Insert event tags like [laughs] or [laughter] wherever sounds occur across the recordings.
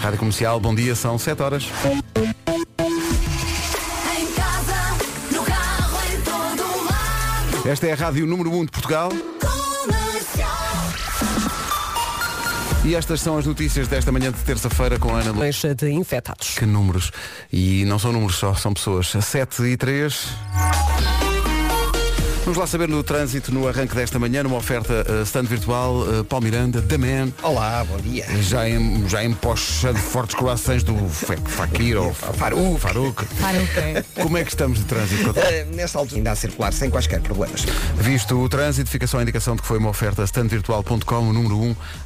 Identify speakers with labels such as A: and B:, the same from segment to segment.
A: Rádio Comercial, bom dia, são 7 horas.
B: Em casa, no carro, em todo lado.
A: Esta é a Rádio Número 1 de Portugal
B: Comercial.
A: e estas são as notícias desta manhã de terça-feira com a Ana Lu.
C: Doença de infectados.
A: Que números. E não são números só, são pessoas. 7 e 3. Vamos lá saber no trânsito, no arranque desta manhã, numa oferta eh, stand virtual, eh, Paulo Miranda, The Man.
D: Olá, bom dia.
A: Já em, já em pocha de fortes croações do Fe- Fakir ou Farouk. Farouk. Como é que estamos de trânsito?
D: Eh, nesta altura ainda a circular sem quaisquer problemas.
A: Visto o trânsito, fica só a indicação de que foi uma oferta standvirtual.com, o número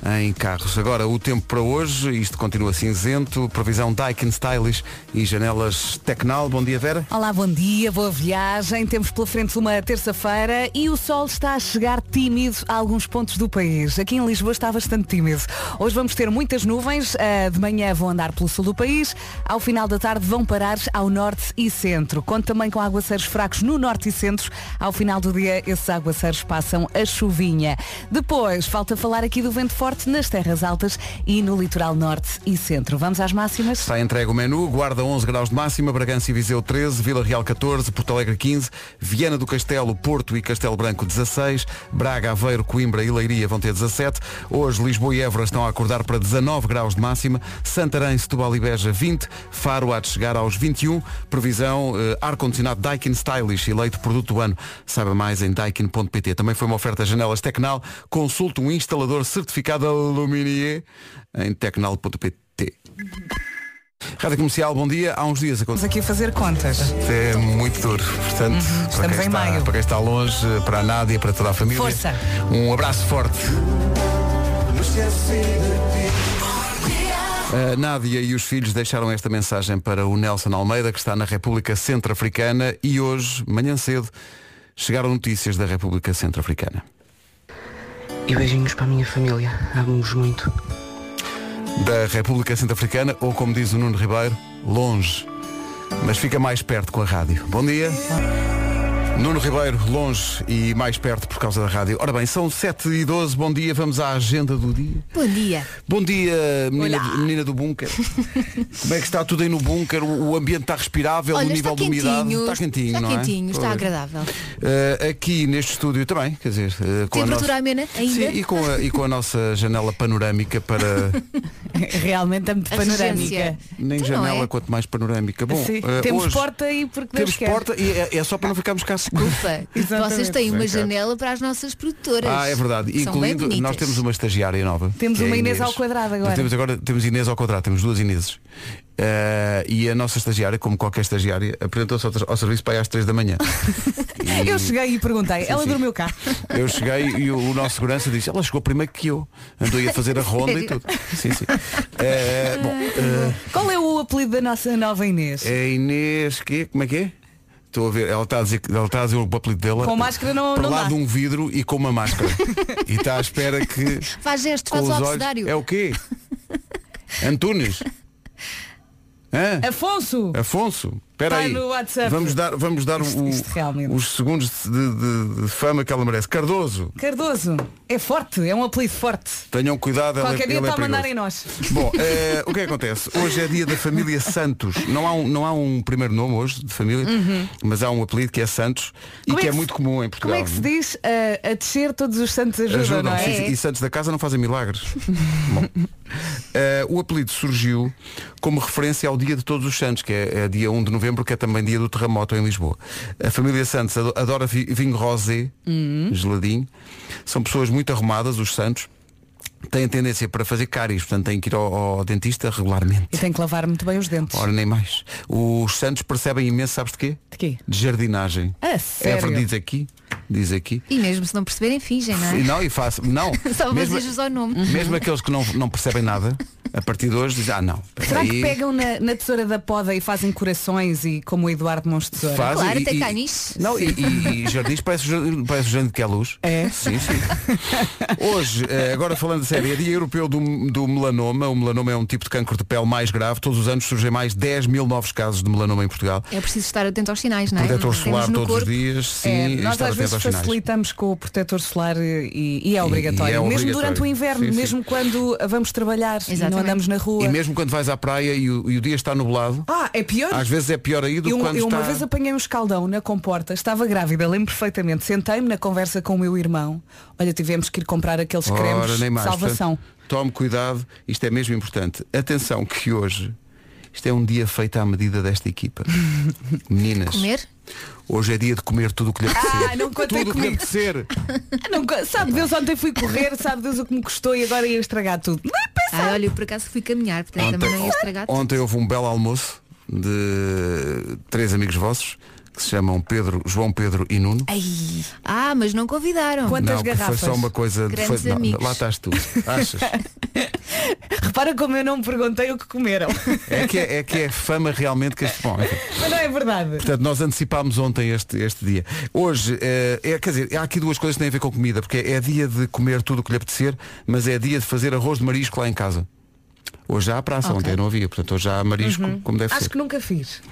A: 1 em carros. Agora, o tempo para hoje, isto continua cinzento, previsão Daikin Stylish e janelas Tecnal. Bom dia, Vera.
E: Olá, bom dia, boa viagem. Temos pela frente uma terça-feira e o sol está a chegar tímido a alguns pontos do país. Aqui em Lisboa está bastante tímido. Hoje vamos ter muitas nuvens, ah, de manhã vão andar pelo sul do país, ao final da tarde vão parar ao norte e centro. Conto também com aguaceiros fracos no norte e centro. Ao final do dia, esses aguaceiros passam a chuvinha. Depois, falta falar aqui do vento forte nas terras altas e no litoral norte e centro. Vamos às máximas?
A: Está entregue o menu, Guarda 11 graus de máxima, Bragança e Viseu 13, Vila Real 14, Porto Alegre 15, Viana do Castelo, Porto e Castelo Branco 16, Braga, Aveiro, Coimbra e Leiria vão ter 17. Hoje Lisboa e Évora estão a acordar para 19 graus de máxima, Santarém, Setúbal e Beja 20, Faro há de chegar aos 21, previsão eh, ar-condicionado Daikin Stylish, eleito produto do ano. Saiba mais em daikin.pt. Também foi uma oferta janelas Tecnal, consulte um instalador certificado Aluminier em tecnal.pt. Rádio Comercial, bom dia. Há uns dias
E: Vamos
A: aconteceu.
E: aqui fazer contas.
A: É muito duro, portanto, para,
E: Uhum. estamos
A: quem
E: em
A: está,
E: maio.
A: para quem está longe, para a Nádia, para toda a família,
E: Força.
A: um abraço forte. A Nádia e os filhos deixaram esta mensagem para o Nelson Almeida, que está na República Centro-Africana, e hoje, manhã cedo, chegaram notícias da República Centro-Africana.
F: E beijinhos para a minha família. Amo-vos muito.
A: da República Centro-Africana, ou como diz o Nuno Ribeiro, longe. Mas fica mais perto com a rádio. Bom dia. Nuno Ribeiro, longe e mais perto por causa da rádio. Ora bem, são 7 e 12 bom dia, vamos à agenda do dia.
G: Bom dia.
A: Bom dia, menina, menina do bunker. Como é que está tudo aí no bunker? O, o ambiente está respirável, o
G: Olha,
A: nível
G: está
A: de umidade.
G: quentinho.
A: Está quentinho,
G: está
A: não é?
G: quentinho, está
A: Pois.
G: agradável.
A: Eh, aqui neste estúdio também, quer dizer, eh, com a
G: Temperatura
A: nossa...
G: amena ainda?
A: Sim, e com, a, e com a nossa janela panorâmica
G: [laughs]
A: para
E: [laughs] Realmente é muito
G: A
E: panorâmica.
G: regência.
A: Nem
G: Então não
A: janela,
G: é.
A: quanto mais panorâmica. Bom,
E: Sim.
A: eh,
E: temos
A: hoje
E: porta aí porque
A: temos
E: Deus quer.
A: porta e é, é só para não ficarmos cá seguros.
G: Ufa,
A: [laughs]
E: Exatamente.
G: vocês têm uma
A: Vem cá.
G: janela para as nossas produtoras.
A: Ah, é verdade.
G: São bem
A: Incluindo,
G: bonitas.
A: nós temos uma estagiária nova.
E: Temos
A: que é
E: uma
A: a
E: Inês ao quadrado agora.
A: Nós Temos agora temos Inês ao quadrado, temos duas Ineses. Eh, e a nossa estagiária, como qualquer estagiária, apresentou-se ao, ao serviço para aí às 3 da
E: [laughs]
A: manhã. E-
E: Eu cheguei e perguntei, ela
A: sim.
E: dormiu cá.
A: Eu cheguei e o, o nosso segurança disse, ela chegou primeiro que eu. Andou aí a fazer a ronda e tudo. Sim, sim. Eh, bom, eh,
E: Qual é o apelido da nossa nova Inês?
A: É Inês, que, como é que é? Estou a ver, ela está a dizer, ela está a dizer o apelido dela
E: Com máscara não-
A: para
E: não
A: lá
E: dá.
A: de um vidro e com uma
E: [laughs]
A: máscara. e está à espera que
G: Faz gesto,
A: com
G: faz
A: os
G: o
A: olhos.
G: abcedário.
A: É o quê? Antunes? Hã?
E: Afonso!
A: Afonso? Espera
E: Está
A: aí.
E: no WhatsApp.
A: Vamos dar, vamos dar
E: Isto-
A: o-
E: isto realmente.
A: os segundos de, de- de fama que ela merece. Cardoso,
E: Cardoso, é forte, é um apelido forte.
A: tenham cuidado. ela é-
E: Qualquer dia
A: ele é
E: está a mandar
A: perigoso.
E: em nós.
A: Bom, eh, o que é que acontece? Hoje é dia da família Santos. Não há um, não há um primeiro nome hoje de família, mas há um apelido que é Santos e
E: Uhum. Como
A: que é,
E: é que se-
A: muito comum em Portugal.
E: Como é que se diz ah, a descer todos os santos ajudam, não
A: Ajudam,
E: é?
A: sim, sim.
G: É.
A: e Santos da Casa não fazem
E: [laughs]
A: milagres. Bom. Eh, o apelido surgiu como referência ao Dia de Todos os Santos, que é, é dia 1 de novembro, que é também dia do terremoto em Lisboa. A família Santos ado- adora vi- vinho rosé,
E: Uhum.
A: geladinho. São pessoas muito arrumadas, os Santos. Têm tendência para fazer cáries, portanto têm que ir ao- ao dentista regularmente.
E: E tem que lavar muito bem os dentes.
A: Ora, nem mais. Os Santos percebem imenso, sabes de quê?
E: De quê?
A: De jardinagem.
E: A sério?
A: Évora diz aqui, diz aqui.
G: E mesmo se não perceberem, fingem, não
A: E
G: é?
A: não, e faço. Não.
G: [laughs] Só
A: mesmo, Uhum.
G: vocês ao nome.
A: mesmo aqueles que não, não percebem nada, a partir de hoje dizem, ah não.
E: Será que
A: aí
E: pegam na, na tesoura da poda e fazem corações e como o Eduardo Mons Tesoura?
A: fazem
G: Claro,
A: e-
G: tem
A: e-
G: canis.
A: Não, e, e, e jardins parece, o jardim- parece o jardim de que é luz.
E: É?
A: Sim, sim. Hoje, eh, agora falando sério, é dia europeu do, do melanoma. O melanoma é um tipo de cancro de pele mais grave. Todos os anos surgem mais 10 mil novos casos de melanoma em Portugal.
G: É preciso estar atento aos sinais, não é?
A: Protetor
G: Temos
A: solar
G: no
A: todos os
G: corpo.
A: dias, sim,
E: É,
A: e
E: nós
A: estar
E: às
A: atento
E: vezes
A: aos sinais.
E: facilitamos com o protetor solar e, e é, obrigatório.
A: E é
E: mesmo
A: obrigatório.
E: durante o inverno,
A: Sim, sim.
E: mesmo quando vamos trabalhar e não não andamos na rua.
A: E mesmo quando vais à praia e o, e o dia está nublado,
E: Ah, é pior?
A: às vezes é pior aí do que
E: Eu,
A: quando
E: eu
A: está...
E: uma vez apanhei um escaldão na comporta, estava grávida, lembro perfeitamente. Sentei-me na conversa com o meu irmão. Olha, tivemos que ir comprar aqueles
A: Ora,
E: cremes
A: nem
E: de
A: mais.
E: salvação.
A: [laughs] Portanto, tome cuidado, isto é mesmo importante. Atenção que hoje, isto é um dia feito à medida desta
E: [laughs]
A: equipa. Meninas.
G: Comer?
A: Hoje é dia de comer tudo o que lhe apetecer.
E: Ah, não contei
A: tudo o que lhe
E: comigo.
A: apetecer.
E: Ah, não co- sabe Deus, ontem fui correr, sabe Deus o que me custou e agora ia estragar tudo. [laughs] Nem pensar.
G: Ai, olha, eu por acaso fui caminhar, portanto também não ia estragar tudo.
A: ontem houve um belo almoço de três amigos vossos que se chamam Pedro, João Pedro e Nuno.
G: Ah, mas não convidaram.
E: Quantas
A: não,
E: garrafas?
A: foi só uma coisa de
G: Grandes
A: foi- não,
G: amigos.
A: lá estás tu. Achas?
E: Repara como eu não me perguntei o que comeram. [laughs]
A: É que é, é que é fama realmente que este. Bom, enfim.
E: Mas não é verdade.
A: Portanto, nós antecipámos ontem este, este dia. Hoje, eh, é, quer dizer, há aqui duas coisas que têm a ver com comida, porque é dia de comer tudo o que lhe apetecer, mas é dia de fazer arroz de marisco lá em casa. Hoje há praça, ontem não havia, portanto hoje há marisco, como deve
E: Uhum. Acho
A: ser.
E: que nunca fiz.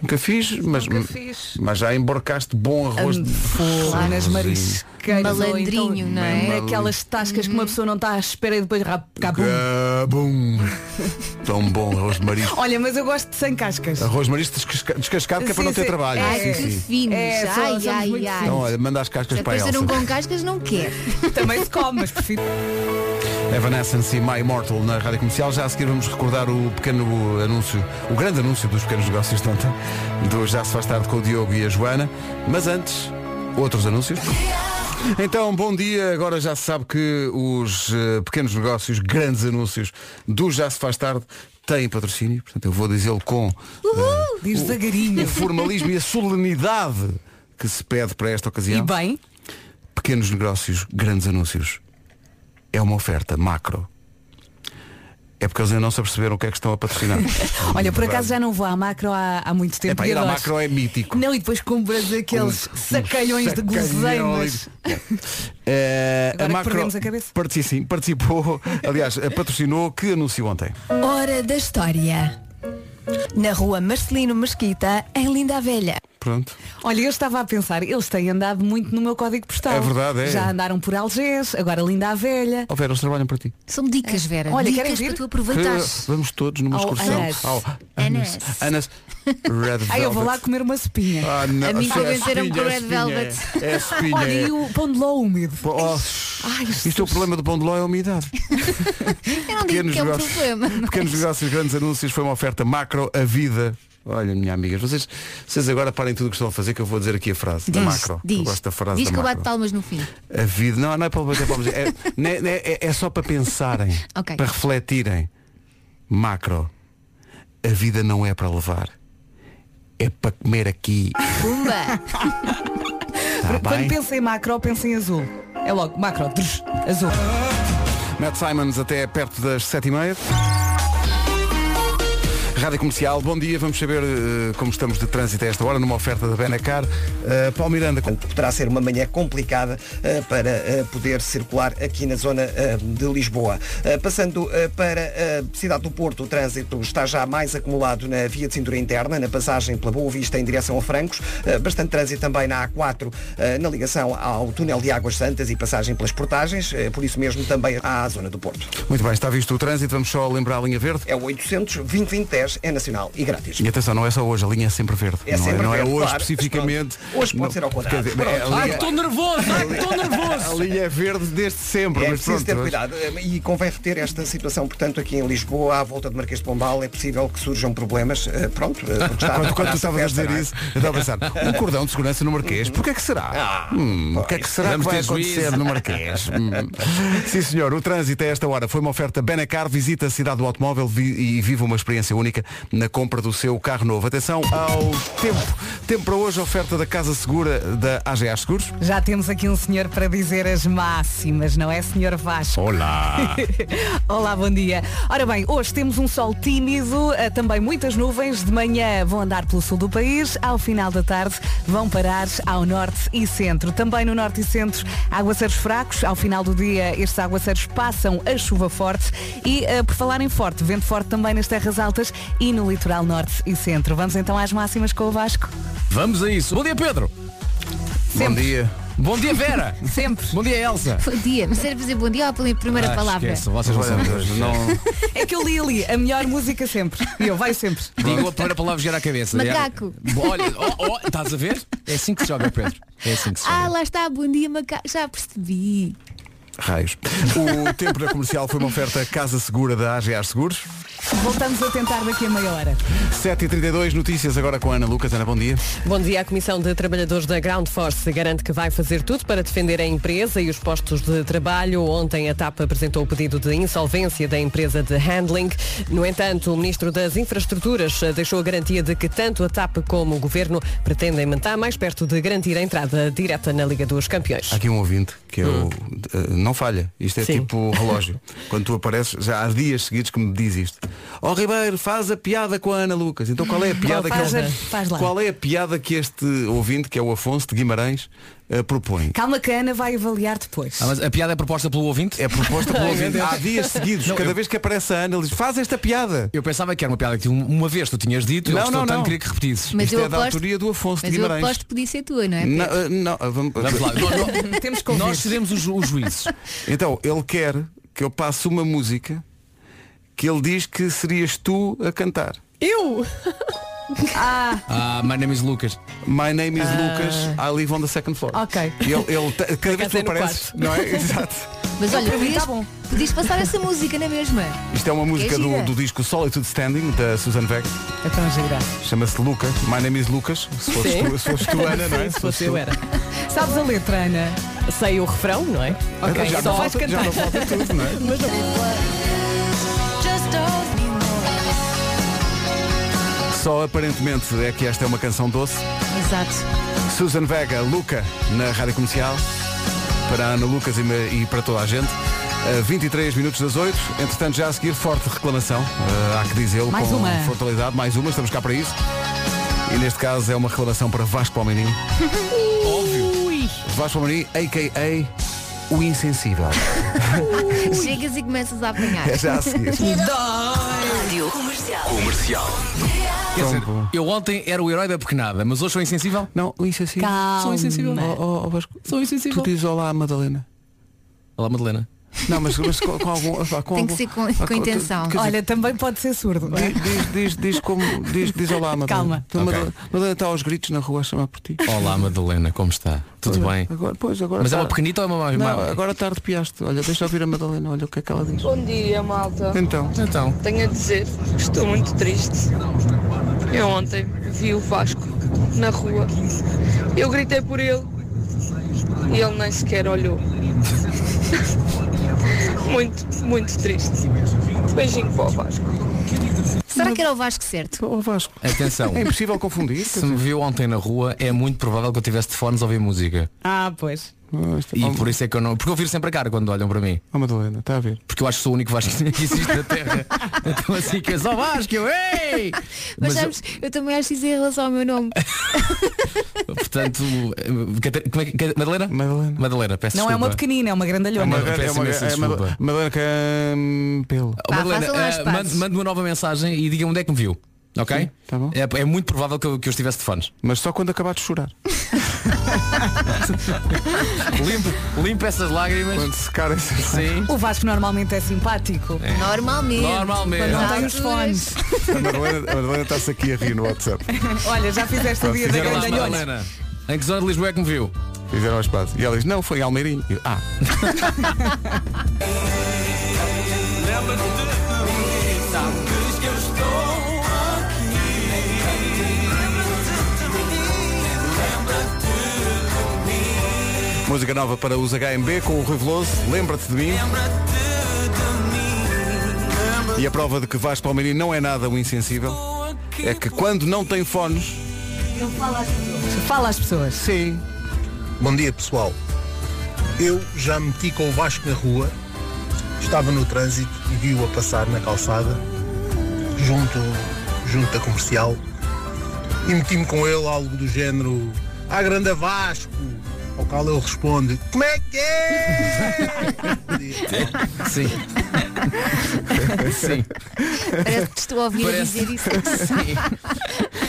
A: Nunca fiz, mas,
E: Nunca fiz.
A: mas já emborcaste bom arroz de
E: Fogo nas
A: Arrozinho.
E: marisqueiras.
G: Malandrinho,
E: ou então,
G: não é?
E: Aquelas tascas que uma pessoa não está à espera e depois rap- cabum. [laughs]
A: Cabum. Tão bom arroz de marisco.
E: Olha, mas eu gosto de sem cascas.
A: Arroz de marisco descasca- descascado que é para
E: Sim,
A: não ter
E: sim.
A: trabalho.
G: Ai,
A: Sim,
G: que
A: sim.
G: finos.
E: É, só-
G: ai,
E: somos muito
G: ai, ai.
A: Então, olha, manda as cascas para a
G: Depois ser um
A: Elsa.
G: com cascas não
E: [laughs]
G: quer.
E: [laughs] Também se come, mas prefiro.
A: Evanescence e My Immortal na Rádio Comercial. Já a seguir vamos recordar o pequeno anúncio, o grande anúncio dos pequenos negócios de ontem, do Já se faz tarde com o Diogo e a Joana. Mas antes, outros anúncios. Então, bom dia. Agora já se sabe que os eh, pequenos negócios, grandes anúncios do Já se faz tarde, têm patrocínio. Portanto, eu vou dizê-lo com eh,
E: Diz
A: o-
E: devagarinho.
A: o formalismo e a solenidade que se pede para esta ocasião.
E: E bem,
A: Pequenos negócios, grandes anúncios. É uma oferta macro. É porque eles ainda não se aperceberam o que é que estão a patrocinar.
E: [laughs] olha, por acaso já não vou à macro há, há muito tempo.
A: É pá,
E: e
A: ir à
E: adoro.
A: macro é mítico.
E: Não, e depois compras aqueles
A: Um- um
E: sacalhões de guloseimas. [laughs]
A: Eh,
E: Agora que perdemos a cabeça.
A: partici- sim, participou, [laughs] aliás, eh, patrocinou que anúncio ontem.
C: Hora da História. Na rua Marcelino Mesquita,
E: É um-
C: em Linda a Velha.
A: Pronto.
E: Olha, eu estava a pensar, eles têm andado muito no meu código postal.
A: É verdade, é.
E: Já andaram por Algés, agora Linda a Velha.
A: Ó Vera, eles trabalham para ti.
G: São dicas, Vera.
E: É. Olha, querem
G: dicas
E: vir?
G: para tu
A: Que-
G: aproveitares.
A: Vamos todos numa
E: Ao
A: excursão.
E: Anas.
A: Ao
G: Anas.
A: Anas. Red
E: Ai, eu vou lá
A: Velvet.
E: comer uma sopinha.
A: Ah, não,
G: A mim
A: é
G: convenceram-me
A: espinha,
G: com
A: é
G: Red
A: espinha,
G: Velvet.
A: É,
G: [laughs]
A: é espinha,
E: Olha,
A: é.
E: e o pão de ló úmido.
A: Pô, ó, isto é o problema do pão de ló é a umidade.
G: Eu não digo que é um
A: negócios-
G: problema.
A: pequenos negócios, grandes anúncios, foi uma oferta macro, a vida. Olha, minha amiga, vocês, vocês agora parem tudo o que estão a fazer, que eu vou dizer aqui a frase da macro.
G: diz,
A: Eu gosto da frase
G: diz
A: da
G: que eu
A: macro. Ah,
G: bato palmas no fim.
A: A vida, não, não é para bater palmas. É, né- né- é, é só para pensarem,
G: Ok.
A: para refletirem. Macro, a vida não é para levar. É para comer aqui.
G: Pumba! [laughs]
A: Está
E: Quando
A: bem?
E: pensa em macro, pensa em azul. É logo, macro, drz, azul.
A: Matt Simons até perto das 7h30. Rádio Comercial, bom dia, vamos saber eh, como estamos de trânsito a esta hora numa oferta da Benacar. Eh, Paulo Miranda, com-
D: Portanto, poderá ser uma manhã complicada eh, para eh, poder circular aqui na zona eh, de Lisboa. Eh, passando eh, para a cidade do Porto, o trânsito está já mais acumulado na via de cintura interna, na passagem pela Boa Vista em direção a Francos. Eh, bastante trânsito também na A4, eh, na ligação ao túnel de Águas Santas e passagem pelas portagens, eh, por isso mesmo também à zona do Porto.
A: muito bem, está visto o trânsito, vamos só lembrar a linha verde.
D: É o 800 2010 é nacional e grátis.
A: E atenção, não é só hoje, a linha é sempre verde.
D: É
A: não,
D: sempre
A: não
D: verde,
A: é hoje
D: claro,
A: especificamente.
D: mas pronto. Hoje pode
A: Não,
D: ser ao quadrado.
A: quer dizer, é, a,
D: Pronto.
A: linha,
E: nervoso, ai, estou nervoso.
A: [laughs] a linha é verde desde sempre,
D: É
A: mas
D: preciso
A: pronto.
D: ter
A: hoje-
D: cuidado eh, e convém reter esta situação, portanto, aqui em Lisboa, à volta de Marquês de Pombal, é possível que surjam problemas. eh, Pronto, eh, porque
A: [laughs]
D: está
A: Quando, quando tu
D: está
A: estavas a
D: festa,
A: dizer
D: não é?
A: isso, eu estava a pensar, o cordão de segurança no Marquês, porquê que será? Hum, o que é que será que vai acontecer no Marquês? Hum. Sim senhor, o trânsito a esta hora foi uma oferta Benacar, visita a cidade do automóvel vi- e viva uma experiência única na compra do seu carro novo. Atenção ao tempo. Tempo para hoje, oferta da Casa Segura da AGA Seguros.
E: Já temos aqui um senhor para dizer as máximas, não é, senhor Vasco?
A: Olá!
E: [laughs] Olá, bom dia. Ora bem, hoje temos um sol tímido, eh, também muitas nuvens. De manhã vão andar pelo sul do país, ao final da tarde vão parar ao norte e centro. Também no norte e centro, aguaceiros fracos. Ao final do dia, estes aguaceiros passam a chuva forte. E, eh, por falar em forte, vento forte também nas terras altas e no litoral norte e centro. Vamos então às máximas com o Vasco.
H: Vamos a isso. Bom dia, Pedro.
A: Bom dia.
H: Bom dia, Vera!
E: Sempre.
H: Bom dia, Elsa!
G: Bom dia, mas era dizer bom dia ou a primeira
H: Ah,
G: palavra?
H: esqueçam, vocês não
A: Olha,
H: são
A: mas
H: bons.
A: não-
E: É que eu li ali, a melhor música sempre. E eu, vai sempre.
H: Digo a primeira palavra que vier à cabeça.
G: Macaco.
H: É- Olha, oh, oh, estás a ver? É assim que se joga, Pedro. É assim que se joga.
G: Ah, lá está, bom dia, macaco. Já percebi.
A: [laughs] Raios. O tempo na comercial foi uma oferta Casa Segura da AGA Seguros.
E: Voltamos a tentar daqui a meia hora.
A: 7h32, notícias agora com a Ana Lucas. Ana, bom dia.
I: Bom dia. A Comissão de Trabalhadores da Ground Force garante que vai fazer tudo para defender a empresa e os postos de trabalho. Ontem a TAP apresentou o pedido de insolvência da empresa de handling. No entanto, o Ministro das Infraestruturas eh, deixou a garantia de que tanto a TAP como o Governo pretendem manter mais perto de garantir a entrada direta na Liga dos Campeões.
A: Há aqui um ouvinte que eu eh, não falha. Isto é
I: Sim.
A: tipo relógio. Quando tu apareces, já há dias seguidos que me diz isto. Ó Ribeiro, faz a piada com a Ana Lucas. Então qual é a piada
E: faz
A: que
E: a- faz lá.
A: Qual é a piada que este ouvinte, que é o Afonso de Guimarães, eh, propõe?
E: Calma que a Ana vai avaliar depois.
H: Ah, mas a piada é proposta pelo ouvinte? Ah,
A: É proposta pelo
H: [laughs] Ai,
A: ouvinte.
H: meu Deus.
A: Há dias seguidos, cada vez que aparece a Ana, ele diz, faz esta piada.
H: Eu pensava que era uma piada que tu uma vez tu tinhas dito,
A: Não,
H: eu estou
A: não,
H: tanto
A: não.
H: queria que repetisses.
G: Mas
A: isto
G: eu
A: é da
G: aposto-
A: autoria do Afonso
G: Mas
A: de
G: eu
A: Guimarães.
G: aposto que podia ser tua, não é?
A: Não,
G: Pedro?
A: eh, não, eh, vamos-
H: Vamos lá. Nó- nó-
E: Temos que ouvir.
H: Nós seremos os, ju- os juízes.
A: [laughs] Então, ele quer que eu passe uma música que ele diz que serias tu a cantar.
I: Eu?
H: Ah, my name is Lucas.
A: My name is Lucas,
I: Ah.
A: I live on the second floor.
E: Ok.
A: E Ele, ele ta- cada vez que tu
I: é no
A: apareces, não é? Exato.
G: Mas olha,
E: Para mim
G: podias,
E: tá bom.
G: podias passar essa música na mesma.
A: Isto é uma música do,
G: gira.
A: do disco Solitude Standing, da Susan Beck.
E: É
H: Então,
E: tão gira.
A: Chama-se Luca. My name is Lucas. Se fores,
I: Sim.
A: tu, se fores
I: [laughs]
A: tu, Ana, não é?
I: Sim, se fosse eu era.
E: Sabes a letra, Ana?
I: Sei o refrão, não é?
A: Ok, Então já, não
I: só-
A: falta, já não falta tudo, não é?
I: [laughs]
A: Só aparentemente é que esta é uma canção doce.
G: Exato.
A: Susan Vega, Luca, na Rádio Comercial, para a Ana Lucas e, me- e para toda a gente. Eh, A 23 minutos das 8, entretanto já a seguir forte reclamação, eh, há que dizê-lo
E: Mais
A: com
E: uma.
A: frontalidade, mais uma, estamos cá para isso. E neste caso é uma reclamação para Vasco Palmeirinho. Óbvio. Vasco Palmeirinho, a.k.a. o insensível.
G: Chegas e começas a apanhar.
A: É já a
I: [laughs]
A: seguir.
H: Quer dizer, eu ontem era o herói da pequenada, mas hoje sou insensível?
A: Não, o insensível.
H: Sou insensível.
A: Oh, oh, oh, Vasco,
H: Sou
A: tu
H: insensível.
A: dizes olá à Madalena.
H: Olá, Madalena.
A: Não, mas, mas com, com algum... com
G: Tem que
A: algum-
G: ser com, com
A: quer dizer,
G: intenção.
E: Olha, também pode ser surdo.
A: Di- Diz, diz, diz como. Diz, diz olá, Madalena.
E: Calma.
A: Então,
H: Ok.
A: Madalena, Madalena está aos gritos na rua a chamar por ti.
H: Olá, Madalena, como está? Tudo bem?
A: Agora, pois, agora
H: Mas é
A: tá-
H: uma pequenita ou é uma mais
A: Não, agora está arrepiaste. Olha, deixa eu ouvir a Madalena, olha o que é que ela diz.
J: Bom dia, malta.
A: Então,
H: Então,
J: Tenho a dizer que estou muito triste. Eu ontem vi o Vasco na rua. Eu gritei por ele e ele nem sequer olhou. [laughs] muito, muito triste. Beijinho para o Vasco.
G: Será que era o Vasco certo?
A: ó Vasco.
H: [laughs] atenção.
A: É impossível confundir.
H: Se me viu ontem na rua, é muito provável que eu tivesse de fones a ouvir música.
E: Ah, pois.
H: E por isso é que eu não. Porque eu viro sempre a cara quando olham para mim.
A: Ó oh, Madalena, está a ver.
H: Porque eu acho que sou o único Vasco que existe na Terra. então assim que é só Vasco, eu, ei!
G: Mas,
H: Mas,
G: sabes, eu também acho isso é em relação ao meu nome.
H: portanto, eh, Cate- como é que. Cate- Madalena?
A: Madalena.
H: Madalena, peço
E: Não é
H: desculpa.
E: uma pequenina, é uma grandalhona.
H: uma- peço imensa desculpa.
A: Madalena- é Madalena Campelo.
H: Oh,
G: Pá,
H: Madalena,
G: faça lá os
H: eh,
G: passos.
H: mande- mande uma nova mensagem e diga onde é que me viu. Ok?
A: Sim, tá bom.
H: É, é muito provável que eu, que eu estivesse de fones.
A: Mas só quando acabar de chorar.
H: Limpo, limpo essas lágrimas.
A: Quando secar
H: [laughs]
A: essa.
H: Sim.
E: O Vasco normalmente é simpático.
G: Normalmente.
H: Normalmente.
E: Não
G: Nas
E: tem os
G: alturas.
E: fones.
A: A Madalena a Madalena está-se aqui a rir no WhatsApp.
E: Olha, já fizeste o dia da
H: Diga lá,
E: grandalhona.
H: Madalena. Em que zona de Lisboa é que me viu?
A: Fizeram as pazes. E ela diz, não, foi em Almeirinho. Eu, Ah. Música nova para os HMB com o Rui Veloso, Lembra-te de mim. E a prova de que Vasco Palmeirinho não é nada o insensível é que quando não tem fones,
E: Fala às pessoas.
A: sim,
K: Bom dia pessoal. Eu já me meti com o Vasco na rua, estava no trânsito e vi-o a passar na calçada, junto, junto da comercial, e meti-me com ele algo do género à grande Vasco, ao qual ele responde, como é que
J: [laughs]
K: é? Bom dia.
H: Sim. Sim.
G: Parece que te estou a ouvir a
H: Parece.
G: dizer isso.
H: Sim.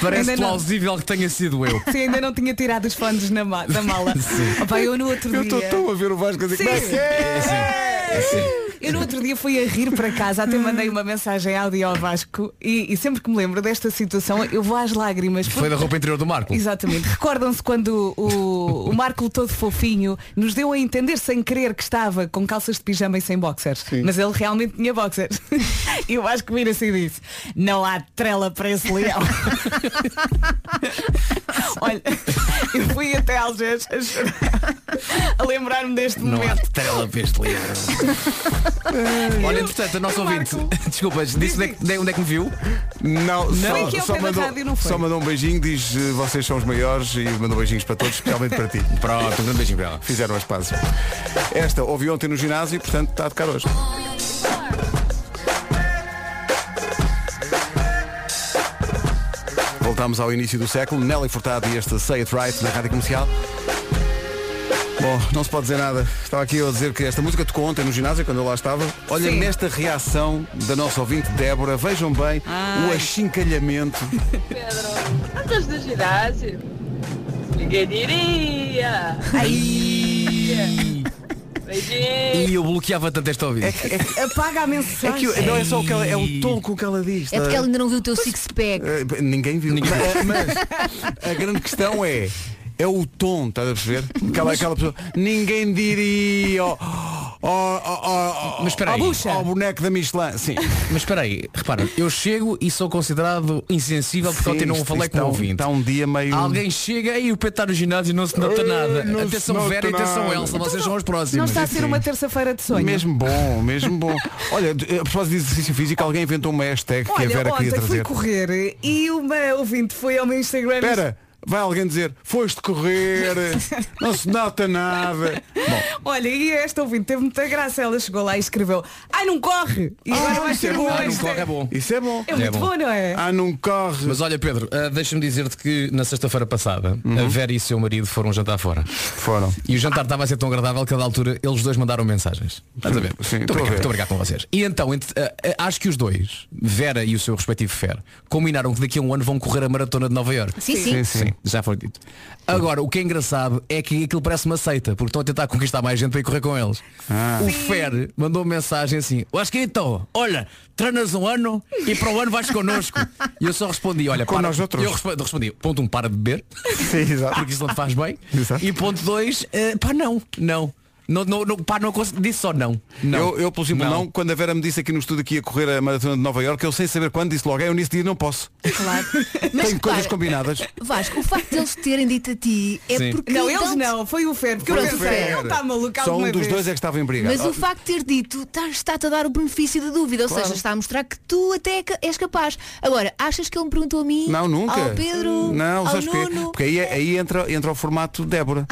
H: Parece
E: Ainda não.
H: plausível que tenha sido eu.
E: Sim, ainda não tinha tirado os fones na ma- da mala.
H: [laughs] Sim.
E: Opa, eu no outro
H: Eu
E: dia.
H: tô tão
A: a ver o Vasco a dizer
E: Sim.
A: como é que é.
E: Uh! Eu no outro dia fui a rir para casa, até mandei uma mensagem áudio ao Vasco e, e sempre que me lembro desta situação eu vou às lágrimas.
H: Foi da roupa interior do Marco.
E: Exatamente. Recordam-se quando o, o Marco todo fofinho nos deu a entender sem querer que estava com calças de pijama e sem boxers. Mas ele realmente tinha boxers. [laughs] E o Vasco vira-se e disse, não há trela para esse leão. [laughs] Olha, eu fui até Algés a chorar, a lembrar-me deste
H: Não há
E: momento.
H: tela para
A: [laughs]
H: este livro. Olha, entretanto, a nossa ouvinte, [laughs] desculpas, disse onde é, que- onde é que me viu?
A: Não,
H: Não.
A: só,
H: Foi que ele
A: só
H: foi da
A: mandou,
H: rádio, não foi?
A: só mandou um beijinho, diz eh, vocês são os maiores e mandou beijinhos para todos, especialmente para ti.
H: [laughs] Pronto, um grande beijinho para ela.
A: Fizeram as pazes. Esta ouvi ontem no ginásio e portanto está a tocar hoje. Voltamos ao início do século, Nelly Furtado e este Say It Right na Rádio Comercial. Bom, não se pode dizer nada. Estava aqui eu a dizer que esta música tocou ontem no ginásio, quando eu lá estava. Olha
H: Sim.
A: nesta reação da nossa ouvinte Débora, vejam bem o
H: Ai.
A: achincalhamento.
L: Pedro, andas do ginásio? Ninguém diria.
H: Ai.
L: Beijinho.
H: [laughs] E eu bloqueava tanto esta ouvinte.
E: Apaga a mensagem.
A: É não é só o que ela- é o tom com que ela diz. tá?
G: É porque ele ainda não viu o teu six-pack.
A: Eh, Ninguém viu. Mas, [laughs] mas a grande questão é. É o tom, estás a perceber? Aquela, aquela pessoa. Ninguém diria. oh, ó ó, ó, ó,
H: Mas espera aí.
A: Ao, bucha. ao oh, boneco da Michelin. Sim.
H: Mas espera aí, repara, eu chego e sou considerado insensível porque
A: Sim,
H: ontem não
A: isto-
H: falei
A: isto
H: com o
A: está um-
H: ouvinte.
A: Está um dia meio.
H: Alguém chega e o Pedro está no ginásio e não se nota
A: Ei,
H: nada.
A: não se
H: Atenção
A: nota
H: Vera e atenção
A: nada.
H: Elsa,
A: Então
H: vocês são os próximos.
E: Não está a ser uma terça-feira de sonho.
A: Mesmo bom, mesmo
E: [laughs]
A: bom. Olha, d- a propósito de exercício físico, alguém inventou uma hashtag que a
E: Olha,
A: Vera
E: ontem
A: queria
E: fui
A: trazer.
E: correr e uma ouvinte foi ao meu Instagram. e-
A: Espera, vai alguém dizer, foste
E: [laughs]
A: correr, não se nota nada.
E: Olha, e esta ouvinte teve muita graça. Ela chegou lá e escreveu, ai, não corre! E agora vai ser bom.
H: Ah, não corre é bom.
A: Isso é bom.
E: É muito bom, não é?
A: Ah, não corre.
H: Mas olha, Pedro, ah, deixa-me dizer-te que na sexta-feira passada,
A: Uhum.
H: a Vera e o seu marido foram jantar fora.
A: Foram.
H: E o jantar estava a ser tão agradável que a da altura eles dois mandaram mensagens. Estás a ver?
A: Sim, estou
H: Estou
A: a
H: obrigado-
A: ver.
H: estou obrigado com vocês. E então, ent- ah, ah, acho que os dois, Vera e o seu respectivo Fer, combinaram que daqui a um ano vão correr a maratona de Nova Iorque.
G: Sim, sim. Sim, sim.
H: já foi dito. Agora, o que é engraçado é que aquilo parece uma seita, porque estão a tentar conquistar mais gente para ir correr com eles. O Fer mandou uma mensagem assim, eu acho que então, olha, treinas um ano e para o ano vais connosco. E eu só respondi, olha,
A: Com
H: para.
A: nós outros.
H: Eu respondi, respondi, ponto um, para de beber. Porque isso não te faz
A: [laughs]
H: bem. E ponto dois, eh, pá, não, não. Não, não, não, pá, não consigo, disse só não. não.
A: Eu, eu, pelo simples não. quando a Vera me disse aqui no estúdio que ia correr a maratona de Nova Iorque, eu sem saber quando disse logo, é, eu nesse dia não posso.
G: Claro.
A: Tenho coisas
G: repara,
E: [laughs]
A: combinadas.
G: Vasco, o facto de eles terem dito a ti é
A: Sim.
G: porque.
E: Não, eles
G: dão-te-
E: não, foi o Fer, porque eu
A: Foi o
E: pensei,
A: Fer.
E: ele está maluco
A: Só
E: tá alguma
A: um dos
E: vez.
A: dois é que estava embrigado.
G: Mas o facto de ter dito tá- está-te a dar o benefício da dúvida, ou seja, está a mostrar que tu até é ca- és capaz. Agora, achas que ele me perguntou a mim?
A: Não, nunca.
G: Ao Pedro?
A: Não,
G: ao
A: sabes porquê?
G: Nuno?
A: Porque aí, é, aí entra, entra o formato Débora.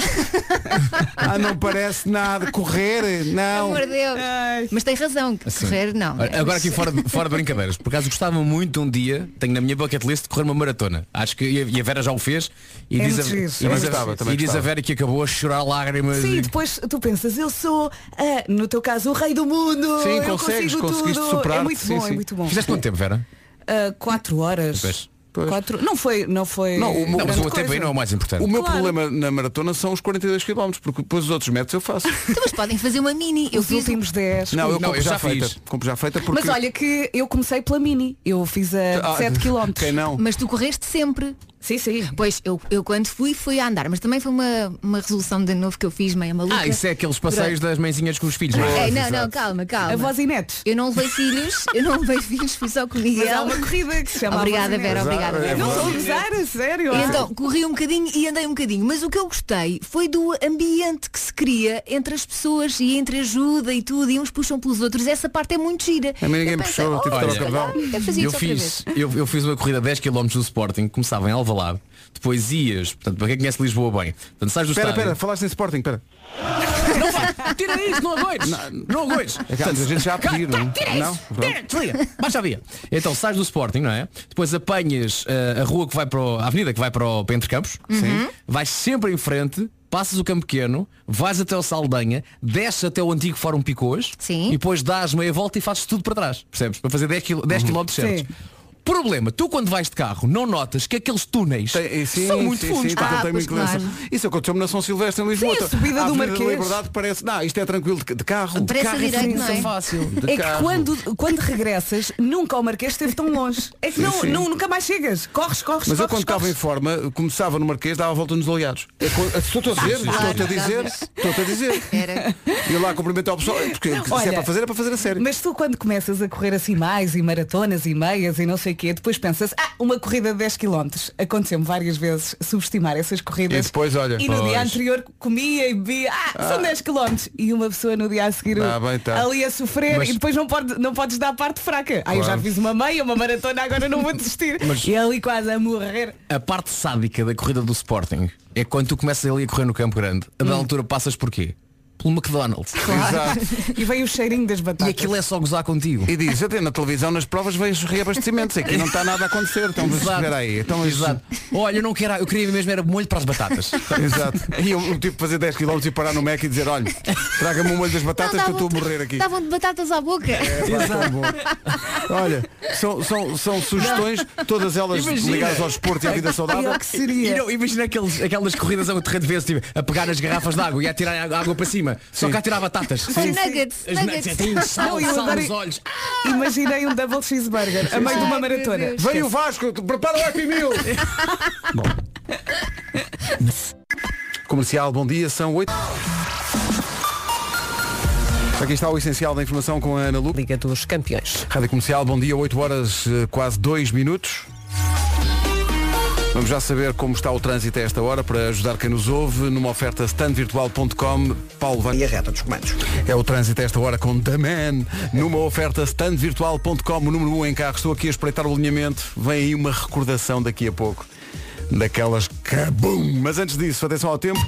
A: ah, não parece nada. Correr,
G: Pelo
A: não. Ah.
G: amor de Deus.
E: Ah.
G: Mas tem razão, que
H: Assim.
G: correr não.
H: Olha, Agora aqui fora, de- fora de brincadeiras, por acaso gostava muito um dia, tenho na minha bucket list de correr uma maratona. Acho que e a- e a Vera já o fez e
E: É
H: diz,
E: muito giro.
H: a, e
A: Também
H: diz a-
A: gostava, também
H: e diz a
A: gostava.
H: Vera que acabou a chorar lágrimas.
E: Sim,
H: e-
E: depois tu pensas, eu sou, ah, no teu caso, o rei do mundo.
A: Sim,
E: eu
A: consegues,
E: consigo
A: conseguiste
E: tudo.
A: superar-te.
E: É muito
A: Sim,
E: bom,
A: sim.
E: é muito bom.
H: Fizeste quanto tempo, Vera?
E: Ah, quatro horas.
H: Pois.
E: Quatro... Não foi, não foi.
A: Não, o meu-
H: Não, mas
E: grande
H: o tempo aí
E: coisa.
H: não é o mais importante.
A: O meu
E: Claro.
A: problema na maratona são os 42 km, porque depois os outros metros eu faço.
G: Então, mas podem fazer uma mini. Eu
E: Os
G: fiz.
E: últimos dez.
A: Não, eu
H: Não,
A: compro
H: eu
A: já,
H: já
A: feita.
H: fiz.
A: Compro já feita porque.
E: Mas olha que eu comecei pela mini. Eu fiz a
A: Ah,
E: 7 km.
A: Quem não?
G: Mas tu correste sempre.
E: Sim, sim.
G: Pois, eu, eu quando fui, fui a andar, mas também foi uma, uma resolução de ano novo que eu fiz, meia maluca.
H: Ah, isso é aqueles passeios das mãezinhas com os filhos. não é?
G: É, não, não, calma, calma.
E: A voz e netos.
G: Eu não levei filhos, eu não levei filhos, fui só com o
E: Mas há
G: Miguel.
E: uma corrida que se chama Avós
G: Obrigada,
E: e
G: Vera,
E: Netos.
G: obrigada. Vera.
E: Não estou a usar, a sério.
G: E então, corri um bocadinho e andei um bocadinho, mas o que eu gostei foi do ambiente que se cria entre as pessoas e entre ajuda e tudo, e uns puxam pelos outros, essa parte é muito gira.
A: A mim ninguém
G: Eu pensei,
A: puxou, tive
G: "Oh,
A: que estar
G: se
A: ao
G: calhar
A: cavalo."
G: Eu fazia
H: eu
G: isso outra
H: fiz,
G: vez. [laughs]
H: eu, eu fiz uma corrida a 10 km do Sporting, começava em Alvalade, depois ias, portanto, para quem conhece Lisboa bem, portanto, sais do
A: Espera, espera,
H: estádio.
A: falaste em Sporting, espera.
H: Não vai, tira isso, não aguentes! Não, aguentes!
A: É que há muita gente já a pedir, não é?
H: Tira isso!
A: Não?
H: Tira, desliga! Baixa a via! Então sais do Sporting, não é? Depois apanhas eh, a rua que vai para o, a avenida que vai para, o, para Entre Campos, Sim. vais sempre em frente, passas o campo pequeno, vais até o Saldanha, desces até o antigo Fórum Picôs
G: Sim.
H: e depois dás meia volta e fazes tudo para trás, percebes? Para fazer 10 km
E: Sim.
H: certos. Problema, tu quando vais de carro não notas que aqueles túneis são muito
A: sim,
H: fundos. Ah!
A: sim,
H: pá.
A: portanto, tem muita inclinação. Isso aconteceu-me na São Silvestre em Lisboa.
H: Sim, a subida do
A: Avenida
H: Marquês.
A: da Liberdade parece. Não, isto é tranquilo de, de carro. De
E: Parece
A: carro
E: a direita,
A: sim,
E: não é?
A: fácil. De
E: É que
A: carro.
E: quando, quando regressas, nunca o Marquês esteve tão longe. É que
A: Sim,
E: não,
A: sim.
E: não- nunca mais chegas. Corres, corres,
A: Mas eu quando
E: corres.
A: estava em forma, começava no Marquês, dava a volta nos aliados. É co- Estou-te a dizer,
E: Ah, claro,
A: estou-te a dizer,
E: estavas.
A: estou-te a
H: [laughs]
A: dizer. [laughs] E eu lá cumprimentar o pessoal, porque se é
E: Olha,
A: para fazer, é para fazer a sério.
E: Mas tu quando começas a correr assim mais e maratonas e meias e não sei o quê, depois pensas, ah, uma corrida de 10 km. Aconteceu-me várias vezes subestimar essas corridas.
A: E depois, olha,
E: E no
A: pois.
E: dia anterior comia e bebia, ah, são
A: Ah.
E: 10 km. E uma pessoa no dia a seguir
A: Ah, bem, tá.
E: ali a sofrer
A: Mas-
E: e depois não, pode, não podes dar a parte fraca. Ah, eu já
H: Claro.
E: fiz uma meia, uma maratona, agora não vou desistir.
H: Mas-
E: E é ali quase a morrer.
H: A parte sádica da corrida do Sporting é quando tu começas ali a correr no Campo Grande. A da
E: Hum.
H: altura passas por quê? Pelo McDonald's.
E: e vem o cheirinho das batatas.
H: E aquilo é só gozar contigo.
A: E diz, até na televisão, nas provas, vejo reabastecimentos. Aqui não está nada a acontecer. Então, mas
H: Exato.
A: espera aí. Então, mas-
H: Exato. Olha, eu não quero, eu queria mesmo era molho para as batatas.
A: Exato. [laughs] E eu, eu tive que fazer 10 km e parar no Mac e dizer, olha, traga-me um molho das batatas que eu estou a morrer aqui. É,
G: Estavam de batatas à boca.
A: pá, tão bom. Olha, são, são, são sugestões, todas elas
H: Imagina.
A: ligadas ao esporte e à vida saudável.
H: é
E: é.
H: E não, imagina aqueles, aquelas corridas ao terreno de vez, tipo, a pegar as garrafas de água e a tirar a água para cima. Só que a tirar batatas.
G: Sim. nuggets,
H: As
G: nuggets.
H: nuggets. Tem sal,
E: Não, eu
H: sal
E: adorei-
H: nos olhos.
E: Imaginei um double cheeseburger a meio de uma
H: Ai, meu
E: maratona.
H: Deus. Vem o
A: Vasco, prepara o Happy Meal! Comercial, bom dia, são 8. Aqui está o essencial da informação com a Ana Lu.
I: Liga dos Campeões.
A: Rádio Comercial, bom dia, 8 horas, eh, quase 2 minutos. Vamos já saber como está o trânsito a esta hora para ajudar quem nos ouve numa oferta standvirtual.com. Paulo vai. E
D: a reta dos comandos.
A: É o trânsito a esta hora com The Man numa oferta standvirtual.com, o número 1 em carro. Estou aqui a espreitar o alinhamento. Vem aí uma recordação daqui a pouco. Daquelas cabum! Mas antes disso, atenção ao tempo.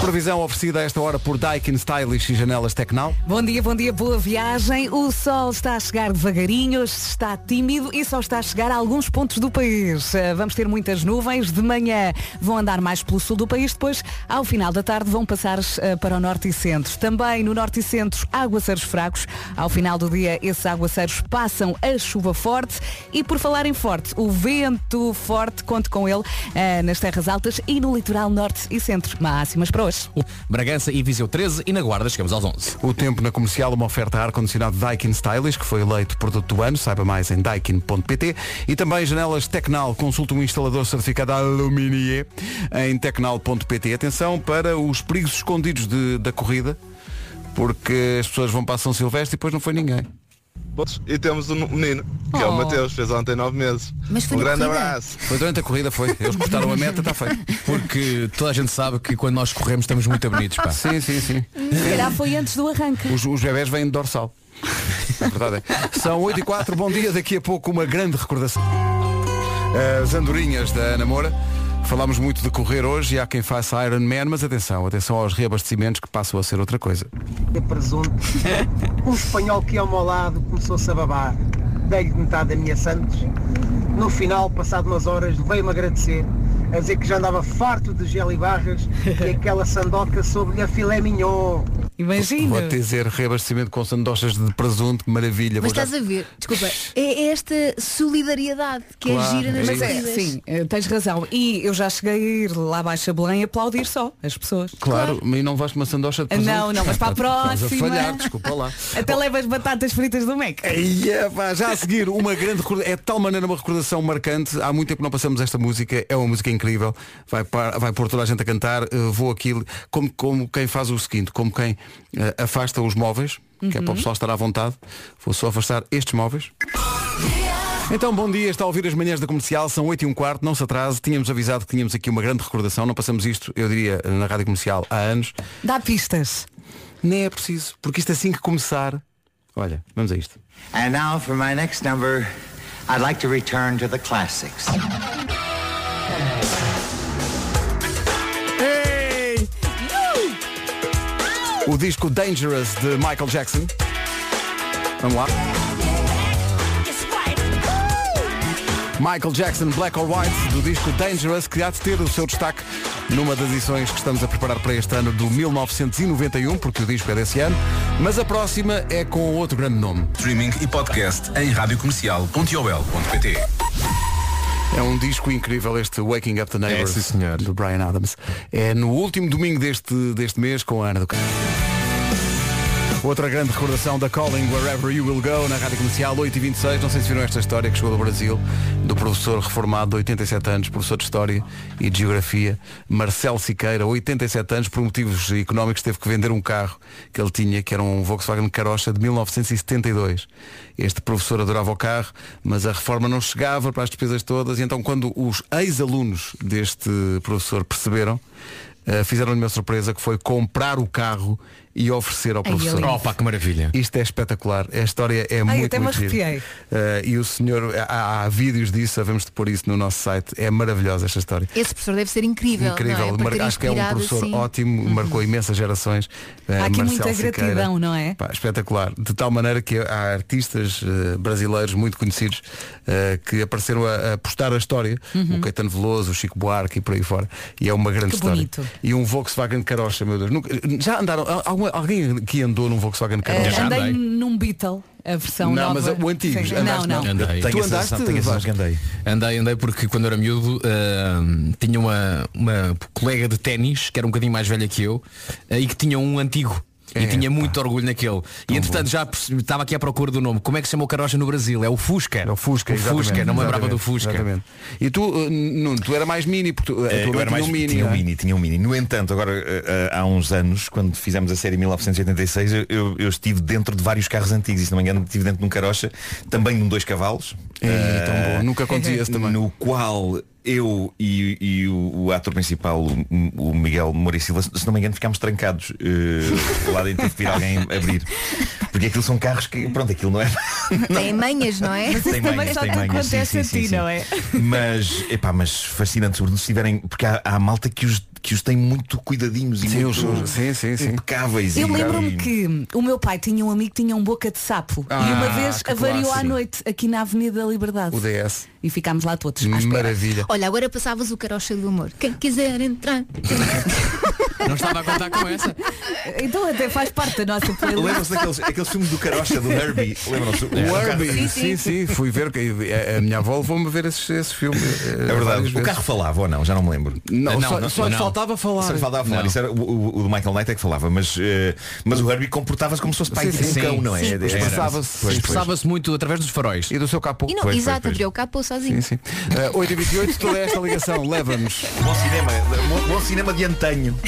A: Previsão oferecida a esta hora por Daikin Stylish e Janelas Tecnal.
E: Bom dia, bom dia, boa viagem. O sol está a chegar devagarinho, está tímido e só está a chegar a alguns pontos do país. Eh, Vamos ter muitas nuvens, de manhã vão andar mais pelo sul do país, depois ao final da tarde vão passar eh, para o norte e centro. Também no norte e centro, aguaceiros fracos. Ao final do dia, esses aguaceiros passam a chuva forte e por falar em forte, o vento forte, conto com ele eh, nas terras altas e no litoral norte e centro. Máximas para hoje.
H: Bragança e Viseu 13 e na Guarda chegamos aos 11.
A: O tempo na comercial, uma oferta a ar-condicionado Daikin Stylish, que foi eleito produto do ano, saiba mais em daikin.pt e também janelas Tecnal, consulta um instalador certificado Aluminier em tecnal.pt. Atenção para os perigos escondidos de- da corrida, porque as pessoas vão para São Silvestre e depois não foi ninguém.
M: E temos um menino, que é
A: Oh.
M: o Mateus, fez ontem 9 meses.
A: Mas foi
M: um
A: na
M: grande
A: corrida?
M: abraço.
A: Foi durante a corrida, foi. Eles cortaram a meta, está [laughs] feito.
H: tá Porque toda a gente sabe que quando nós corremos estamos muito bonitos, pá.
A: Sim, sim, sim.
E: Se calhar foi antes do arranque.
A: Os, os bebés vêm de dorsal. É verdade. é. São 8 e 4, bom dia. Daqui a pouco uma grande recordação. As andorinhas da Ana Moura. Falámos muito de correr hoje e há quem faça Iron Man, mas atenção, atenção aos reabastecimentos que passam a ser outra coisa.
N: de presunto. Um espanhol que ia ao meu lado começou-se a babar. Dei-lhe metade da minha Santos. No final, passado umas horas, veio-me agradecer, a dizer que já andava farto de gel e barras e aquela sandoca sobre-lhe a filé mignon.
E: Imagina.
A: Vou-te dizer reabastecimento com sandochas de presunto, que maravilha.
G: Mas
A: vou já-
E: Tá.
G: estás a ver, desculpa, é esta solidariedade que
A: Claro,
G: é gira nas
E: Mas é,
G: corridas.
E: sim, eh, tens razão. E eu já cheguei a ir lá abaixo a Belém aplaudir só as pessoas.
A: Claro, mas não vais com uma sandocha de presunto.
E: Ah, Não, não, mas para a
A: Estás
E: próxima.
A: a falhar, desculpa
E: [laughs]
A: lá.
G: Oh.
E: Até levas batatas fritas do Mac.
A: Eia, pá, já a seguir, uma grande recorda- É de tal maneira uma recordação marcante. Há muito tempo não passamos esta música. É uma música incrível. Vai, par- vai pôr toda a gente a cantar. Eh, vou aqui, como, como quem faz o seguinte, como quem eh, afasta os móveis, que é para o
O: Uhum.
A: pessoal estar à vontade. Vou só afastar estes móveis. Então, bom dia, está a ouvir as manhãs da comercial, são 8 e um quarto, não se atrase, tínhamos avisado que tínhamos aqui uma grande recordação, não passamos isto, eu diria, na rádio comercial há anos.
E: Dá pistas.
A: Nem é preciso, porque isto assim que começar. Olha, vamos a isto.
P: And now for my next number, I'd like to return to the classics.
A: O disco Dangerous de Michael Jackson. Vamos lá. Michael Jackson Black or White do disco Dangerous, que há de ter o seu destaque numa das edições que estamos a preparar para este ano do 1991, porque o disco é desse ano, mas a próxima é com outro grande nome.
O: Streaming e podcast em radiocomercial.iol.pt
A: É um disco incrível este Waking Up the Neighbors do Brian Adams. É no último domingo deste, deste mês com a Ana do Carmo. Outra grande recordação da Calling Wherever You Will Go na Rádio Comercial 8h26. Não sei se viram esta história que chegou do Brasil, do professor reformado de 87 anos, professor de História e de Geografia, Marcelo Siqueira, 87 anos, por motivos económicos teve que vender um carro que ele tinha, que era um Volkswagen Carocha de 1972. Este professor adorava o carro, mas a reforma não chegava para as despesas todas, e então quando os ex-alunos deste professor perceberam, Uh, fizeram-lhe uma surpresa que foi comprar o carro e oferecer ao
H: Ai,
A: professor.
H: lindo. Opa, que maravilha.
A: Isto é espetacular. A história é muito
E: até me
A: muito gira.
E: arrepiei.
A: Uh, e o senhor, há, há vídeos disso, havemos de pôr isso no nosso site. É maravilhosa esta história.
G: Esse professor deve ser incrível. não é? Para
A: Mar-
G: ter
A: acho que é um
G: inspirado
A: professor
G: assim.
A: ótimo, marcou imensas gerações. Uh,
E: Há aqui
A: Marcelo
E: muita
A: Siqueira.
E: gratidão, não é?
A: Pá, espetacular. De tal maneira que há artistas eh, brasileiros muito conhecidos eh, que apareceram a, a postar a história.
E: Uhum.
A: O Caetano Veloso, o Chico Buarque e por aí fora. E é uma grande
E: Que
A: história.
E: bonito.
A: E um Volkswagen Carocha, meu Deus. Nunca- já andaram. algum- alguém aqui andou num Volkswagen Carocha?
E: Eh, andei num Beatle, a versão
A: Então Não,
E: nova.
A: mas o antigo,
E: Sim.
A: andaste
E: não, não.
A: não?
H: Andei.
A: Tu
H: Tenho a
A: andaste,
H: sensação- tenho a sensação
A: Vasco?
H: que andei. Andei, andei porque quando era miúdo ahm, tinha uma, uma colega de ténis, que era um bocadinho mais velha que eu, eh, e que tinha um antigo. E tinha muito orgulho naquele. E entretanto já percebi- estava aqui à procura do nome. Como é que se chama o carocha no Brasil? É o Fusca. É o
A: Fusca,
H: O
A: exatamente,
H: Fusca, não me lembrava
A: exatamente,
H: do Fusca.
A: exatamente. E tu, eh, Nuno, tu era mais mini, porque tu, a tua
Q: Eh,
A: mãe
Q: eu
A: tinha
Q: era mais
A: um mini.
Q: tinha um
A: não é?
Q: mini, tinha um mini. No entanto, agora eh, eh, há uns anos, quando fizemos a série 1986, eu, eu- eu estive dentro de vários carros antigos. E se não me engano, estive dentro de um carocha, também de um dois cavalos.
A: Ei,
Q: Eh,
A: tão
Q: [laughs]
A: bom. Nunca acontecia esse também.
Q: No qual eu e, e o, o ator principal, o, o Miguel Moura e Silva, se não me engano, ficámos trancados. eh, lá dentro teve que vir alguém abrir. Porque aquilo são carros que, pronto, aquilo não é.
G: Tem manhas,
A: [laughs]
G: não é?
Q: Mas isso Tem também manhas, só tem te manhas, acontece sim, sim, a ti, sim, sim. não
G: é?
Q: Mas, epá, mas fascinante, sobretudo se tiverem, porque há, há malta que os, que os tem muito cuidadinhos e
A: Sim,
Q: muito
A: os- sim, sim, sim.
Q: impecáveis.
E: Eu
Q: e-
E: lembro-me
Q: e-
E: que o meu pai tinha um amigo que tinha um boca de sapo
Q: Ah,
E: e uma vez
Q: que
E: avariou à
Q: clássico.
E: noite aqui na Avenida da Liberdade.
A: O DS.
E: E ficámos lá
A: [laughs]
E: todos.
A: Maravilha.
G: Olha, agora passavas o carocha do amor. Quem quiser entrar.
H: Não estava a contar com essa.
E: Então até faz parte da nossa playlist.
Q: Lembram-se daqueles aqueles filmes do Carocha, do Herbie? Lembram-se?
A: O
Q: carro-
A: Herbie, sim sim, fui ver, que a- a minha avó levou-me ver esse, esse filme.
Q: É verdade. O carro falava ou não? Já não me lembro.
A: eh, Não, só- só lhe faltava falar.
Q: Só lhe faltava falar.
A: Não.
Q: Isso era o, o- o do Michael Knight é que falava. Mas, eh, mas o Herbie comportava-se como se fosse pai
H: Sim,
Q: de
H: sim.
Q: um cão, não é?
H: Sim.
Q: Era-
H: Expressava-se-
Q: Pois, pois.
H: expressava-se muito através dos faróis.
A: E do seu capô.
G: E não, exato, abriu o capô sozinho.
A: Sim, sim. 8h28, toda esta ligação leva-nos.
Q: Bom cinema, bom, bom cinema de antanho.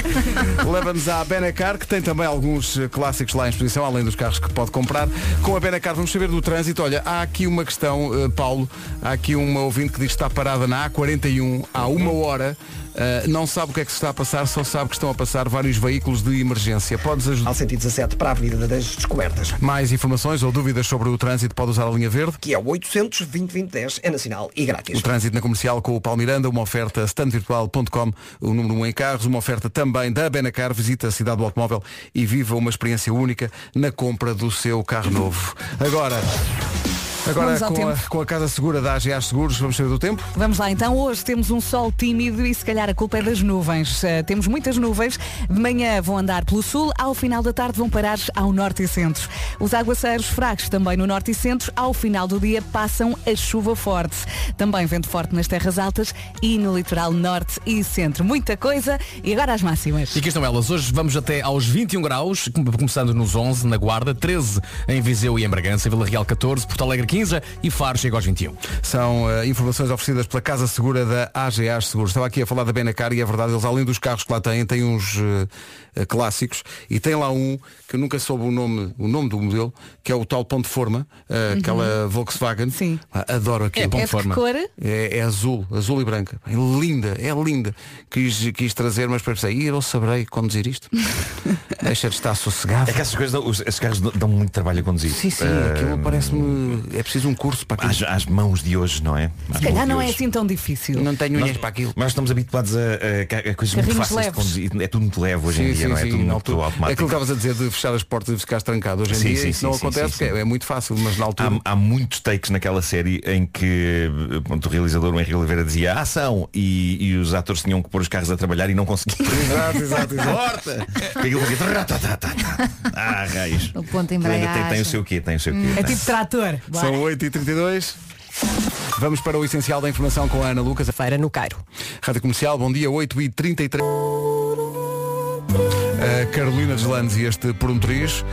A: Leva-nos à Benacar, que tem também alguns eh, clássicos lá em exposição, além dos carros que pode comprar. Com a Benacar vamos saber do trânsito. Olha, há aqui uma questão, eh, Paulo, há aqui uma ouvinte que diz que está parada na A41 há uma hora. eh, não sabe o que é que se está a passar, só sabe que estão a passar vários veículos de emergência. Podes ajudar?
D: Ao sentido 17 para a Avenida das Descobertas.
A: Mais informações ou dúvidas sobre o trânsito pode usar a linha verde.
D: Que é o 820-2010, é nacional e grátis.
A: O trânsito na comercial com o Paulo Miranda, uma oferta standvirtual.com, o número 1 em carros, uma oferta também da Benacar, visita a cidade do automóvel e viva uma experiência única na compra do seu carro novo. Agora, agora
E: Vamos ao
A: com a,
E: tempo.
A: com a Casa Segura da AGA Seguros, vamos saber do tempo?
E: Vamos lá então, hoje temos um sol tímido e se calhar a culpa é das nuvens. Eh, temos muitas nuvens, de manhã vão andar pelo sul, ao final da tarde vão parar ao norte e centro. Os aguaceiros fracos também no norte e centro, ao final do dia passam a chuva forte. Também vento forte nas terras altas e no litoral norte e centro. Muita coisa e agora as máximas.
H: E aqui estão elas. Hoje vamos até aos 21 graus, com- começando nos 11 na Guarda, 13 em Viseu e em Bragança, Vila Real 14, Porto Alegre 15 e um. Faro chega aos 21.
A: São eh, informações oferecidas pela Casa Segura da AGA Seguros. Estava aqui a falar da Benacar e é verdade, eles além dos carros que lá têm, têm uns eh, eh, clássicos e tem lá um que eu nunca soube o nome, o nome do modelo, que é o tal Ponto de Forma, eh,
E: Uhum.
A: aquela Volkswagen. Sim. adoro aquilo.
E: É Ponto É de que Forma. cor?
A: É, é azul, azul e branca. É linda, é linda. Quis, quis trazer, mas pensei, "Ih, eu não saberei conduzir
E: [laughs]
A: isto. Deixa de estar sossegado.
Q: É que essas coisas, dão- os- esses carros dão muito trabalho a conduzir.
A: Sim, sim,
Q: Eh,
A: aquilo parece-me. É preciso um curso para
Q: aquilo. Às, às mãos de hoje, não é? Às
E: Se calhar
Q: mãos de
E: não é
Q: hoje.
E: assim tão difícil.
A: Não tenho
Q: Nós- Nós estamos habituados a, a- a coisas muito
E: Carrinhos
Q: fáceis de
E: leves.
Q: conduzir. É tudo muito leve hoje em
A: Sim,
Q: dia,
A: sim,
Q: não é?
A: sim,
Q: É tudo
A: na
Q: muito
A: altura. É
Q: automático.
A: aquilo que estavas a dizer de fechar as portas e ficares trancado. Hoje em
Q: Sim,
A: dia
Q: sim,
A: isso
Q: sim,
A: não
Q: sim,
A: acontece,
Q: sim, sim.
A: porque é muito fácil, mas na altura.
Q: Há, há muitos takes naquela série em que eh, pronto, o realizador, o Henrique Oliveira, dizia ação e, e os atores tinham que pôr os carros a trabalhar e não
H: [laughs]
Q: conseguiam.
A: [laughs] Exato, exato, exato.
Q: Corta! Porque aquilo fazia tá, tá, tá, tá, tá. Ah, raios.
G: O ponto de
Q: Aquilo ainda
G: embreagem.
Q: Tem, tem o seu quê, tem o seu
H: Hum.
Q: quê.
E: É
Q: tem.
E: tipo trator.
A: São 8h32. Vamos para o essencial da informação com a Ana Lucas.
I: Feira no Cairo.
A: Rádio Comercial, bom dia, 8h33. A Carolina Deslandes e este promotriz.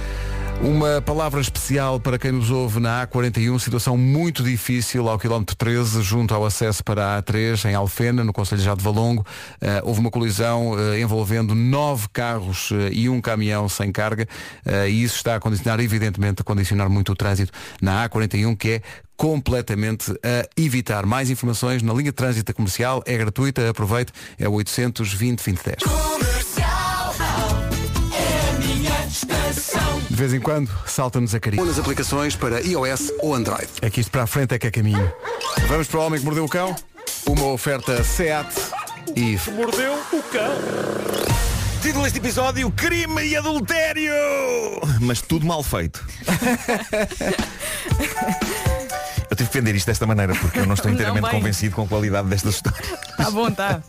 A: Uma palavra especial para quem nos ouve na A41, situação muito difícil ao quilómetro 13, junto ao acesso para a A3, em Alfena, no Conselho já de Valongo. Eh, houve uma colisão eh, envolvendo nove carros eh, e um caminhão sem carga, eh, e isso está a condicionar, evidentemente, a condicionar muito o trânsito na A41, que é completamente a evitar. Mais informações na linha de trânsito da comercial, é gratuita, aproveite, é o 820 2010. De vez em quando, salta-nos a carinha. Ou nas aplicações para iOS ou Android. É que isto para a frente é que é caminho. Vamos para o Homem que Mordeu o Cão. Uma oferta SEAT e...
Q: Mordeu o cão. Título deste episódio, crime e adultério! Mas tudo mal feito. Eu tive que vender isto desta maneira porque eu não
H: [laughs]
Q: estou
E: Não,
Q: inteiramente
E: bem.
Q: convencido com a qualidade desta história.
E: Tá bom, tá.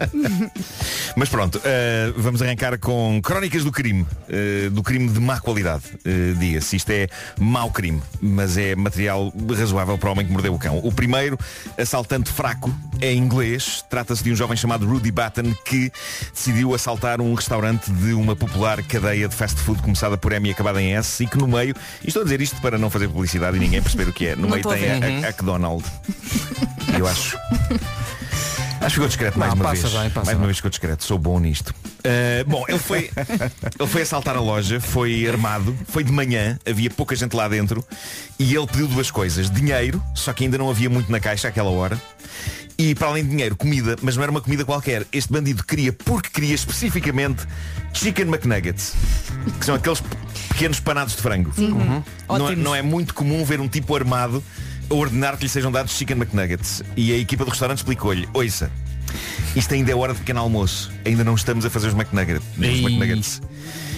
Q: Mas pronto, eh, vamos arrancar com Crónicas do Crime, eh, do crime de má qualidade, eh, diga-se. Isto é mau crime, mas é material razoável para o homem que mordeu o cão. O primeiro, assaltante fraco, é inglês. Trata-se de um jovem chamado Rudy Batten que decidiu assaltar um restaurante de uma popular cadeia de fast food começada por M e acabada em S e que no meio, e estou a dizer isto para não fazer publicidade e ninguém perceber o que é, no
E: Não
Q: meio
E: estou a
Q: tem a,
E: ver. Uhum.
Q: a, a McDonald. Eu acho. Acho que ficou discreto mais
A: Não,
Q: uma
A: passa
Q: vez.
A: bem, passa
Q: mais uma vez ficou discreto. Sou bom nisto. Uh, bom,
A: [laughs]
Q: ele foi, ele foi assaltar a loja, foi armado, foi de manhã, havia pouca gente lá dentro e ele pediu duas coisas. Dinheiro, só que ainda não havia muito na caixa àquela hora. E para além de dinheiro, comida, mas não era uma comida qualquer. Este bandido queria, porque queria especificamente, Chicken McNuggets, que são aqueles pe- pequenos panados de frango.
E: Sim. Uhum.
Q: Não, é-
E: Ótimos.
Q: não é muito comum ver um tipo armado a ordenar que lhe sejam dados chicken McNuggets. E a equipa do restaurante explicou-lhe, ouça, isto ainda é hora de pequeno almoço. Ainda não estamos a fazer os McNugget- os McNuggets.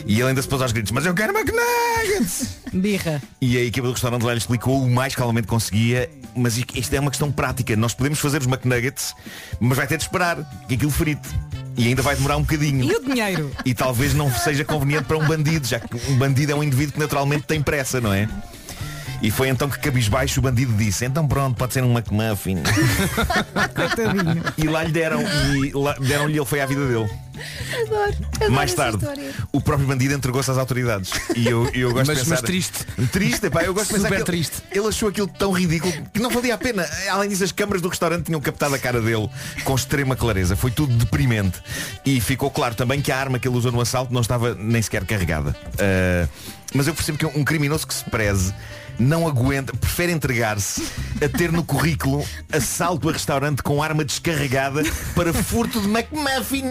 Q: E ele ainda se pôs aos gritos, mas eu quero McNuggets!
E: Birra.
Q: E a equipa do restaurante lá lhe explicou o mais calmamente conseguia, mas isto- isto é uma questão prática. Nós podemos fazer os McNuggets, mas vai ter de esperar, que aquilo frite. E ainda vai demorar um bocadinho.
E: E o dinheiro?
Q: E talvez não seja conveniente para um bandido, já que um bandido é um indivíduo que naturalmente tem pressa, não é? E foi então que cabisbaixo o bandido disse, então pronto, pode ser um McMuffin. e lá lhe deram, e lá deram-lhe, ele foi à vida dele.
G: Adoro, adoro
Q: Mais
G: essa
Q: tarde,
G: história.
Q: o próprio bandido entregou-se às autoridades. E eu, eu gosto
H: Mas-
Q: de pensar...
H: mas triste.
Q: Triste, pá, eu gosto de pensar
H: Super
Q: que ele- Ele, achou aquilo tão ridículo que não valia a pena. Além disso, as câmaras do restaurante tinham captado a cara dele com extrema clareza. Foi tudo deprimente. E ficou claro também que a arma que ele usou no assalto não estava nem sequer carregada. Ah, mas eu percebo que um criminoso que se preze não aguenta, prefere entregar-se a ter no currículo assalto a restaurante com arma descarregada para furto de McMuffin.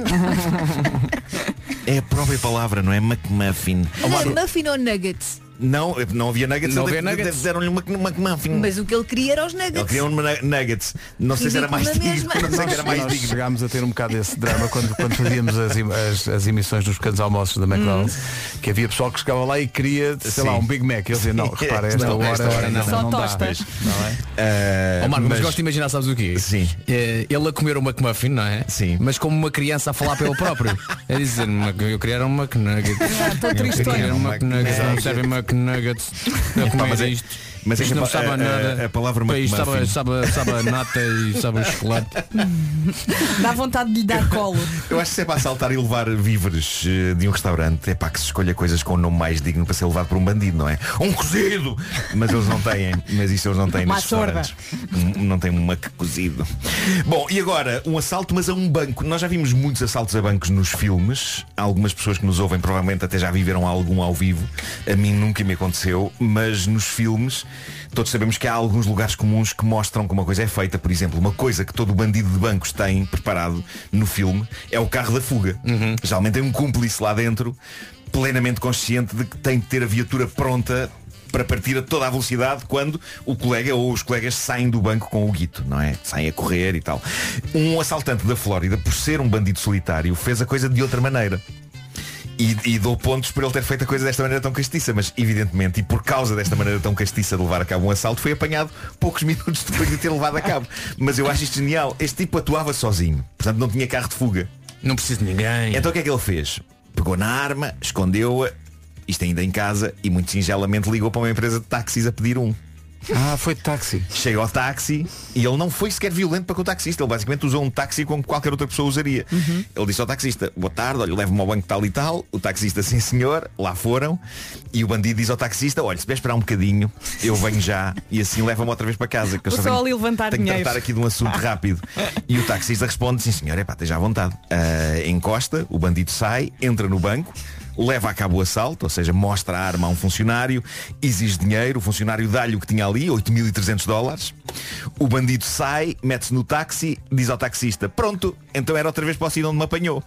Q: É a própria palavra, não é? McMuffin.
G: Mas é muffin ou nuggets?
Q: Não, não havia nuggets,
H: Não
Q: ele
H: havia
Q: deve-
H: nuggets.
Q: deve- deram-lhe uma, uma McMuffin.
G: Mas o que ele queria era os
Q: Ele
G: nuggets.
Q: queria um nu- nuggets. Não sei se era mais
G: Ridículo na
Q: digno.
G: mesma.
Q: Não sei se era
A: Nós,
Q: mais
A: nós
Q: digno.
A: chegámos a ter um bocado desse drama quando, quando fazíamos as, im- as- as emissões dos pequenos almoços da McDonald's, que havia pessoal que chegava lá e queria, sei lá,
Q: Hum. Sim.
A: um Big Mac. Eu dizia, não, repara, esta,
Q: Não,
A: hora,
Q: [laughs] esta hora
A: não,
Q: não. Só
A: dá.
Q: tosta. Pois.
A: Não é?
Q: Ah,
H: Ó Oh, Marco, mas, gosto de imaginar, sabes o quê? Eh,
Q: Sim.
H: ele a comer uma McMuffin, não é? Sim. Mas como uma criança a falar pelo próprio. É dizer, "Mc- eu queria era um McNugget.
E: Ah, estou
H: eu
E: tristonha.
H: queria era um McNugget. Não me serve McNuggets. Eu
Q: Pá, mas
H: comer
Q: é-
H: isto.
Q: mas é
H: isto
Q: que
H: não
Q: a pa-
H: sabe a
Q: a-
H: nada.
Q: a- a palavra
H: Pá, isto sabe,
Q: McMuffin.
H: sabe, sabe a nata e sabe o chocolate.
E: Dá vontade de lhe dar colo.
Q: Eu acho que se é para assaltar e levar víveres eh, de um restaurante, é para que se escolha coisas com o nome mais digno para ser levado por um bandido, não é? Um cozido! Mas eles não têm, mas isso eles não têm
E: Uma
Q: nestes
E: sorda.
Q: restaurantes. Um- Não tem um mac cozido. Bom, e agora, um assalto, mas a um banco. Nós já vimos muitos assaltos a bancos nos filmes. Há algumas pessoas que nos ouvem provavelmente até já viveram algum ao vivo. A mim nunca me aconteceu, mas nos filmes todos sabemos que há alguns lugares comuns que mostram como a coisa é feita. Por exemplo, uma coisa que todo bandido de bancos tem preparado no filme é o carro da fuga. é Geralmente tem um cúmplice lá dentro plenamente consciente de que tem de ter a viatura pronta para partir a toda a velocidade quando o colega ou os colegas saem do banco com o guito, não é? Saem a correr e tal. Um assaltante da Flórida, por ser um bandido solitário, fez a coisa de outra maneira. E, e dou pontos por ele ter feito a coisa desta maneira tão castiça, mas evidentemente, e por causa desta maneira tão castiça de levar a cabo um assalto, foi apanhado poucos [laughs] minutos depois de ter levado a cabo. Mas eu acho isto genial. Este tipo atuava sozinho, portanto não tinha carro de fuga. Não precisa de ninguém. Então o que é que ele fez? Pegou na arma, escondeu-a, isto ainda em casa, e muito singelamente ligou para uma empresa de táxis a pedir um.
A: Ah, foi de táxi.
Q: Chega ao táxi e ele não foi sequer violento para com o taxista. Ele basicamente usou um táxi como qualquer outra pessoa usaria.
E: Uhum.
Q: Ele disse ao taxista, boa tarde, olha, leve-me ao banco tal e tal. O taxista, sim senhor, lá foram. E o bandido diz ao taxista, olha, se puder esperar um bocadinho, eu venho já. E assim leva-me outra vez para casa. Que eu
E: Vou só
Q: só tenho-
E: ali levantar
Q: tenho que
E: dinheiro.
Q: tratar aqui de um assunto rápido. E o taxista responde, sim senhor, epá, esteja à vontade. Ah, encosta, o bandido sai, entra no banco, leva a cabo o assalto, ou seja, mostra a arma a um funcionário, exige dinheiro, o funcionário dá-lhe o que tinha ali, 8.300 dólares. O bandido sai, mete-se no táxi, diz ao taxista, pronto, então era outra vez para o sítio onde me apanhou.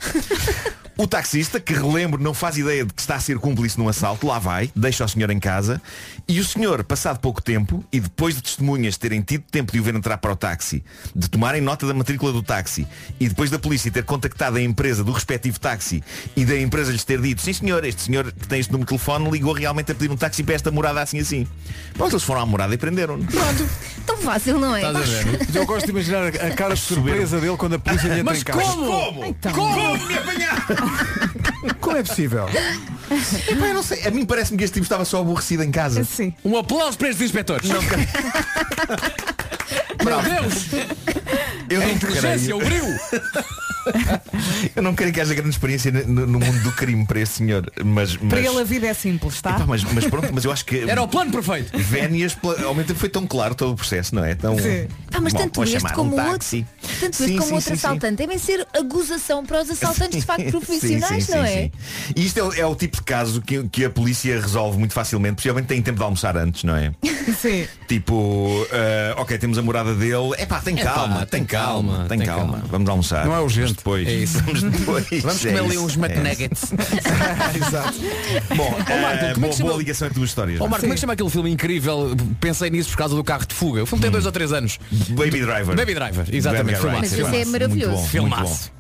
Q: O taxista, que relembro, não faz ideia de que está a ser cúmplice num assalto, lá vai, deixa o senhor em casa e o senhor, passado pouco tempo e depois de testemunhas terem tido tempo de o ver entrar para o táxi, de tomarem nota da matrícula do táxi e depois da polícia ter contactado a empresa do respectivo táxi e da empresa lhes ter dito, sim senhor, este senhor que tem este número de telefone ligou realmente a pedir um táxi para esta morada assim assim. Pronto, eles foram à morada e prenderam-no.
G: Pronto. Tão fácil, não é?
A: Eu gosto de imaginar a a cara de surpresa dele quando a polícia
H: [laughs]
A: lhe entra
G: Mas
A: em casa.
G: como?
Q: Como?
G: Então.
Q: Como me apanhar?
A: Como é possível?
Q: Epá, eu não sei. A mim parece-me que este tipo estava só aborrecido em casa.
E: Sim.
Q: Um aplauso para estes inspectores. Não, creio. Meu Deus! Eu não
H: inteligência,
Q: creio.
H: o brilho.
Q: Eu não creio que haja grande experiência no, no mundo do crime para este senhor. Mas, mas,
E: Para ele a vida é simples, está?
Q: Epá, mas, mas pronto, mas eu acho que.
E: Era o
Q: É plano perfeito. [laughs] Vénias, pela- ao mesmo tempo foi tão claro todo o processo, não é? Tão,
G: Sim. Pá, mas
Q: Bom,
G: tanto
Q: vou
G: este
Q: chamar
G: como
Q: um
G: o outro,
Q: táxi.
G: Tanto este
Q: Sim,
G: como
Q: sim,
G: outro
Q: sim, sim.
G: assaltante devem ser acusação para os assaltantes de facto profissionais,
Q: [laughs] Sim, sim,
G: não
Q: sim,
G: é?
Q: sim. E isto é, é o tipo de caso que, que a polícia resolve muito facilmente, principalmente tem tempo de almoçar antes, não é?
E: Sim.
Q: Tipo, eh, ok, temos a morada dele. Epá, tem
H: Epá,
Q: calma, tem calma, tem calma. Vamos almoçar. Não é urgente. Depois.
H: É isso.
Q: [laughs] Vamos depois.
H: Vamos
Q: É
H: comer ali
Q: isso,
H: uns
Q: é
H: McNuggets.
Q: Exato. [laughs] Bom,
H: Ó, Marco,
Q: eh,
H: como é
Q: boa,
H: que chama-
Q: boa ligação entre duas histórias.
H: Ó
Q: não é?
H: Marco, como é que chama aquele filme incrível? Pensei nisso por causa do carro de fuga. O filme tem dois ou três anos.
Q: Baby Driver.
H: Baby Driver, exatamente.
Q: Baby
H: filmaço,
Q: Driver.
H: filmaço.
G: Mas esse é maravilhoso.
Q: Muito bom,
H: Filmaço.
Q: muito bom.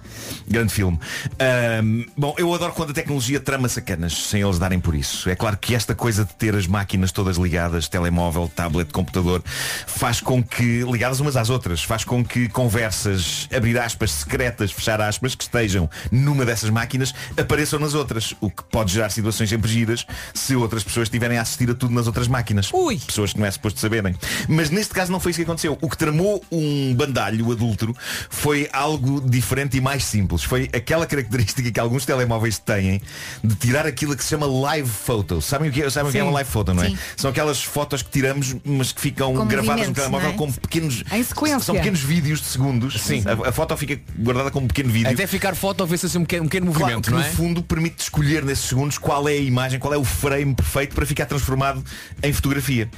Q: Grande filme. Ahm, bom, eu adoro quando a tecnologia trama sacanas, sem eles darem por isso. É claro que esta coisa de ter as máquinas todas ligadas, telemóvel, tablet, computador, faz com que, ligadas umas às outras, faz com que conversas, abrir aspas, secretas, fechar aspas, que estejam numa dessas máquinas, apareçam nas outras. O que pode gerar situações sempre giras se outras pessoas estiverem a assistir a tudo nas outras máquinas. Pessoas que não é suposto saberem. Mas neste caso não foi isso que aconteceu. O que tramou um bandalho adúltero foi algo diferente e mais simples. Foi aquela característica que alguns telemóveis têm de tirar aquilo que se chama live photo. Sabem o que é, sabem o que é
H: Sim.
Q: uma live photo, não é?
H: Sim.
Q: São aquelas fotos que tiramos, mas que ficam
H: Com
Q: gravadas no
H: movimentos,
Q: telemóvel
H: não é?
Q: como pequenos.
H: Em sequência.
Q: São pequenos vídeos de segundos.
H: Sim.
Q: A, a foto fica guardada como um pequeno vídeo.
H: Até ficar foto, vê-se assim um pequeno, um pequeno
Q: Claro,
H: movimento,
Q: que
H: não
Q: no
H: é?
Q: fundo permite escolher nesses segundos qual é a imagem, qual é o frame perfeito para ficar transformado em fotografia.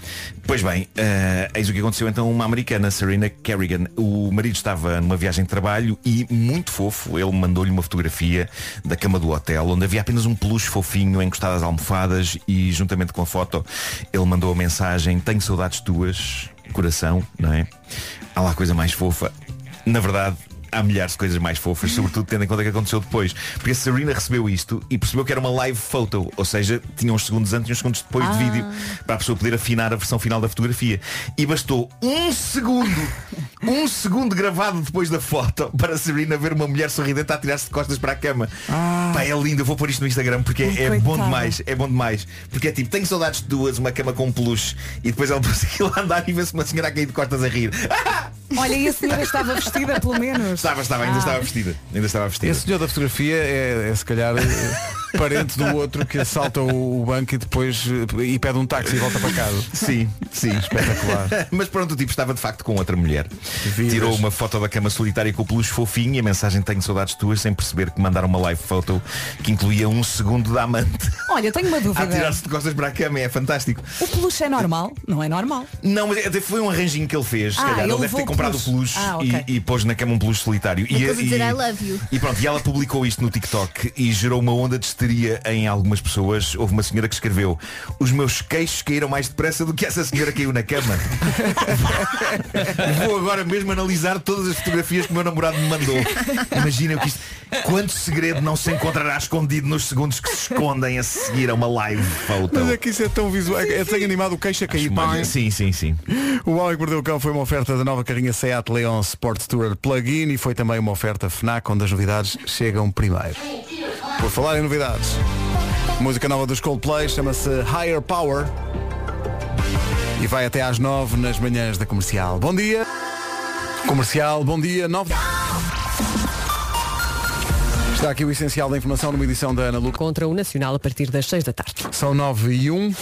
Q: Pois bem, eh, eis o que aconteceu então a uma americana, Serena Kerrigan. O marido estava numa viagem de trabalho e, muito fofo, ele mandou-lhe uma fotografia da cama do hotel, onde havia apenas um peluche fofinho encostado às almofadas e, juntamente com a foto, ele mandou a mensagem Tenho saudades tuas, coração, não é? Há lá coisa mais fofa. Na verdade, há milhares de coisas mais fofas, sobretudo tendo em conta o que aconteceu depois. Porque a Serena recebeu isto e percebeu que era uma live photo, ou seja, tinha uns segundos antes e uns segundos depois de vídeo para a pessoa poder afinar a versão final da fotografia. E bastou um segundo, um segundo gravado depois da foto para a Serena ver uma mulher sorridente a tirar-se de costas para a cama. Pá, é lindo, eu vou pôr isto no Instagram porque é bom
H: coitada.
Q: demais, é bom demais. Porque é tipo, tenho saudades de duas, uma cama com um peluche e depois ela [laughs] pôs aquilo a andar e vê-se uma senhora a cair de costas a rir.
E: Olha, e a senhora estava vestida pelo menos.
Q: Estava, estava, ainda
E: Ah.
Q: estava vestida. Ainda estava vestida.
A: Esse senhor da fotografia é, é, se calhar eh, parente do outro que assalta o, o banco e depois eh, e pede um táxi e volta para casa.
Q: Sim, sim.
A: Espetacular.
Q: [laughs] Mas pronto, o tipo estava de facto com outra mulher. Tirou uma foto da cama solitária com o peluche fofinho e a mensagem tenho saudades tuas sem perceber que mandaram uma live photo que incluía um segundo da amante
E: Olha, tenho uma
Q: a
E: dúvida.
Q: tirar-se de costas para a cama. É fantástico.
E: O peluche é normal? Não é normal.
Q: Não, mas até foi um arranjinho que ele fez. Se
E: Ah,
Q: calhar
E: ele
Q: ele deve
E: levou
Q: ter
E: o
Q: comprado o
E: peluche.
Q: peluche
E: Ah,
Q: e-
E: ok.
Q: e, pôs na cama um peluche solitário.
G: Uma
Q: E-
G: coisa
Q: e-
G: dizer I love you.
Q: E pronto, e ela publicou isto no TikTok e gerou uma onda de histeria em algumas pessoas. Houve uma senhora que escreveu Os meus queixos caíram mais depressa do que essa senhora caiu na cama. Vou agora mesmo analisar todas as fotografias que o meu namorado me mandou. Imaginem o que isto... Quanto segredo não se encontrará escondido nos segundos que se escondem a seguir a uma live photo.
A: Mas é que isso é tão visual, é tão animado o queixo a cair. pá.
Q: mais- é Sim, sim, sim.
A: O Homem que Mordeu o Cão foi uma oferta da nova carrinha Seat Leon Sport Tourer Plug-in e foi também uma oferta FNAC, onde as novidades chegam primeiro. Por falar em novidades, música nova dos Coldplay chama-se Higher Power e vai até às 9 nas manhãs da comercial. Bom dia! Comercial, bom dia, 9. Está aqui o essencial da informação numa edição da Ana Lu.
I: Contra o Nacional a partir das 6 da tarde.
A: São 9 e 1.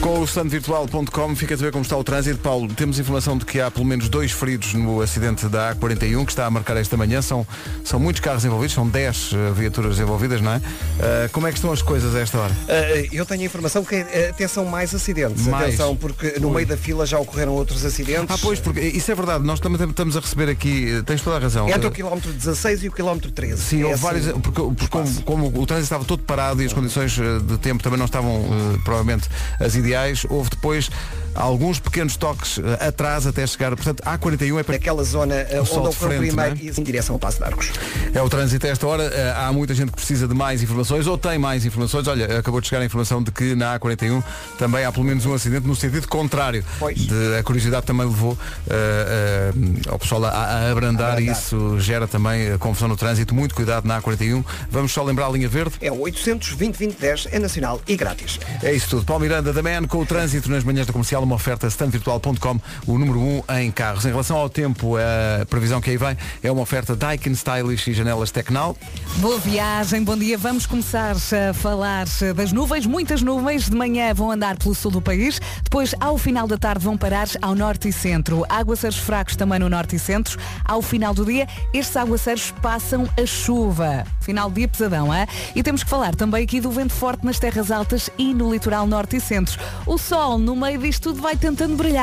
A: Com o standvirtual.com fica a saber como está o trânsito. Paulo, temos informação de que há pelo menos dois feridos no acidente da A41 que está a marcar esta manhã. São, são muitos carros envolvidos, são 10 eh, viaturas envolvidas, não é? Eh, como é que estão as coisas a esta hora?
D: Uh, eu tenho a informação que uh, atenção mais acidentes.
A: Mais.
D: Atenção, porque no
A: Ui.
D: meio da fila já ocorreram outros acidentes.
A: Ah, pois, porque isso é verdade. Nós também estamos a receber aqui, eh, tens toda a razão.
D: É Entre
A: Eh,
D: o quilómetro 16 e o quilómetro 13.
A: Sim,
D: É
A: houve
D: assim.
A: vários. Porque, porque como, como o trânsito estava todo parado e as condições eh, de tempo também não estavam, eh, provavelmente, as ideais, houve depois alguns pequenos toques eh, atrás até chegar. Portanto, A41 é para.
D: Aquela zona eh,
A: o
D: onde
A: sol de
D: ocorreu
A: frente,
D: primeiro
A: não é?
D: e em direção ao Passo de Arcos.
A: É o trânsito a esta hora. eh, Há muita gente que precisa de mais informações ou tem mais informações. Olha, acabou de chegar a informação de que na A41 também há pelo menos um acidente no sentido contrário. De- a curiosidade também levou eh, eh, ao pessoal a, a abrandar e isso gera também eh, confusão no trânsito. Muito cuidado na A41. Vamos só lembrar a linha verde.
D: É o 800 2010 é nacional e grátis.
A: É isso tudo. Paulo Miranda da Man com o trânsito nas manhãs da comercial, uma oferta standvirtual.com, o número 1 um em carros. Em relação ao tempo, a previsão que aí vem é uma oferta Daikin Stylish e janelas Tecnal.
E: Boa viagem, bom dia. Vamos começar a falar das nuvens. Muitas nuvens de manhã vão andar pelo sul do país, depois ao final da tarde vão parar ao norte e centro. Aguaceiros fracos também no norte e centro. Ao final do dia, estes aguaceiros passam a chuva. Final de dia pesadão, é? E temos que falar também aqui do vento forte nas terras altas e no litoral norte e centro. O sol, no meio disto tudo, vai tentando brilhar.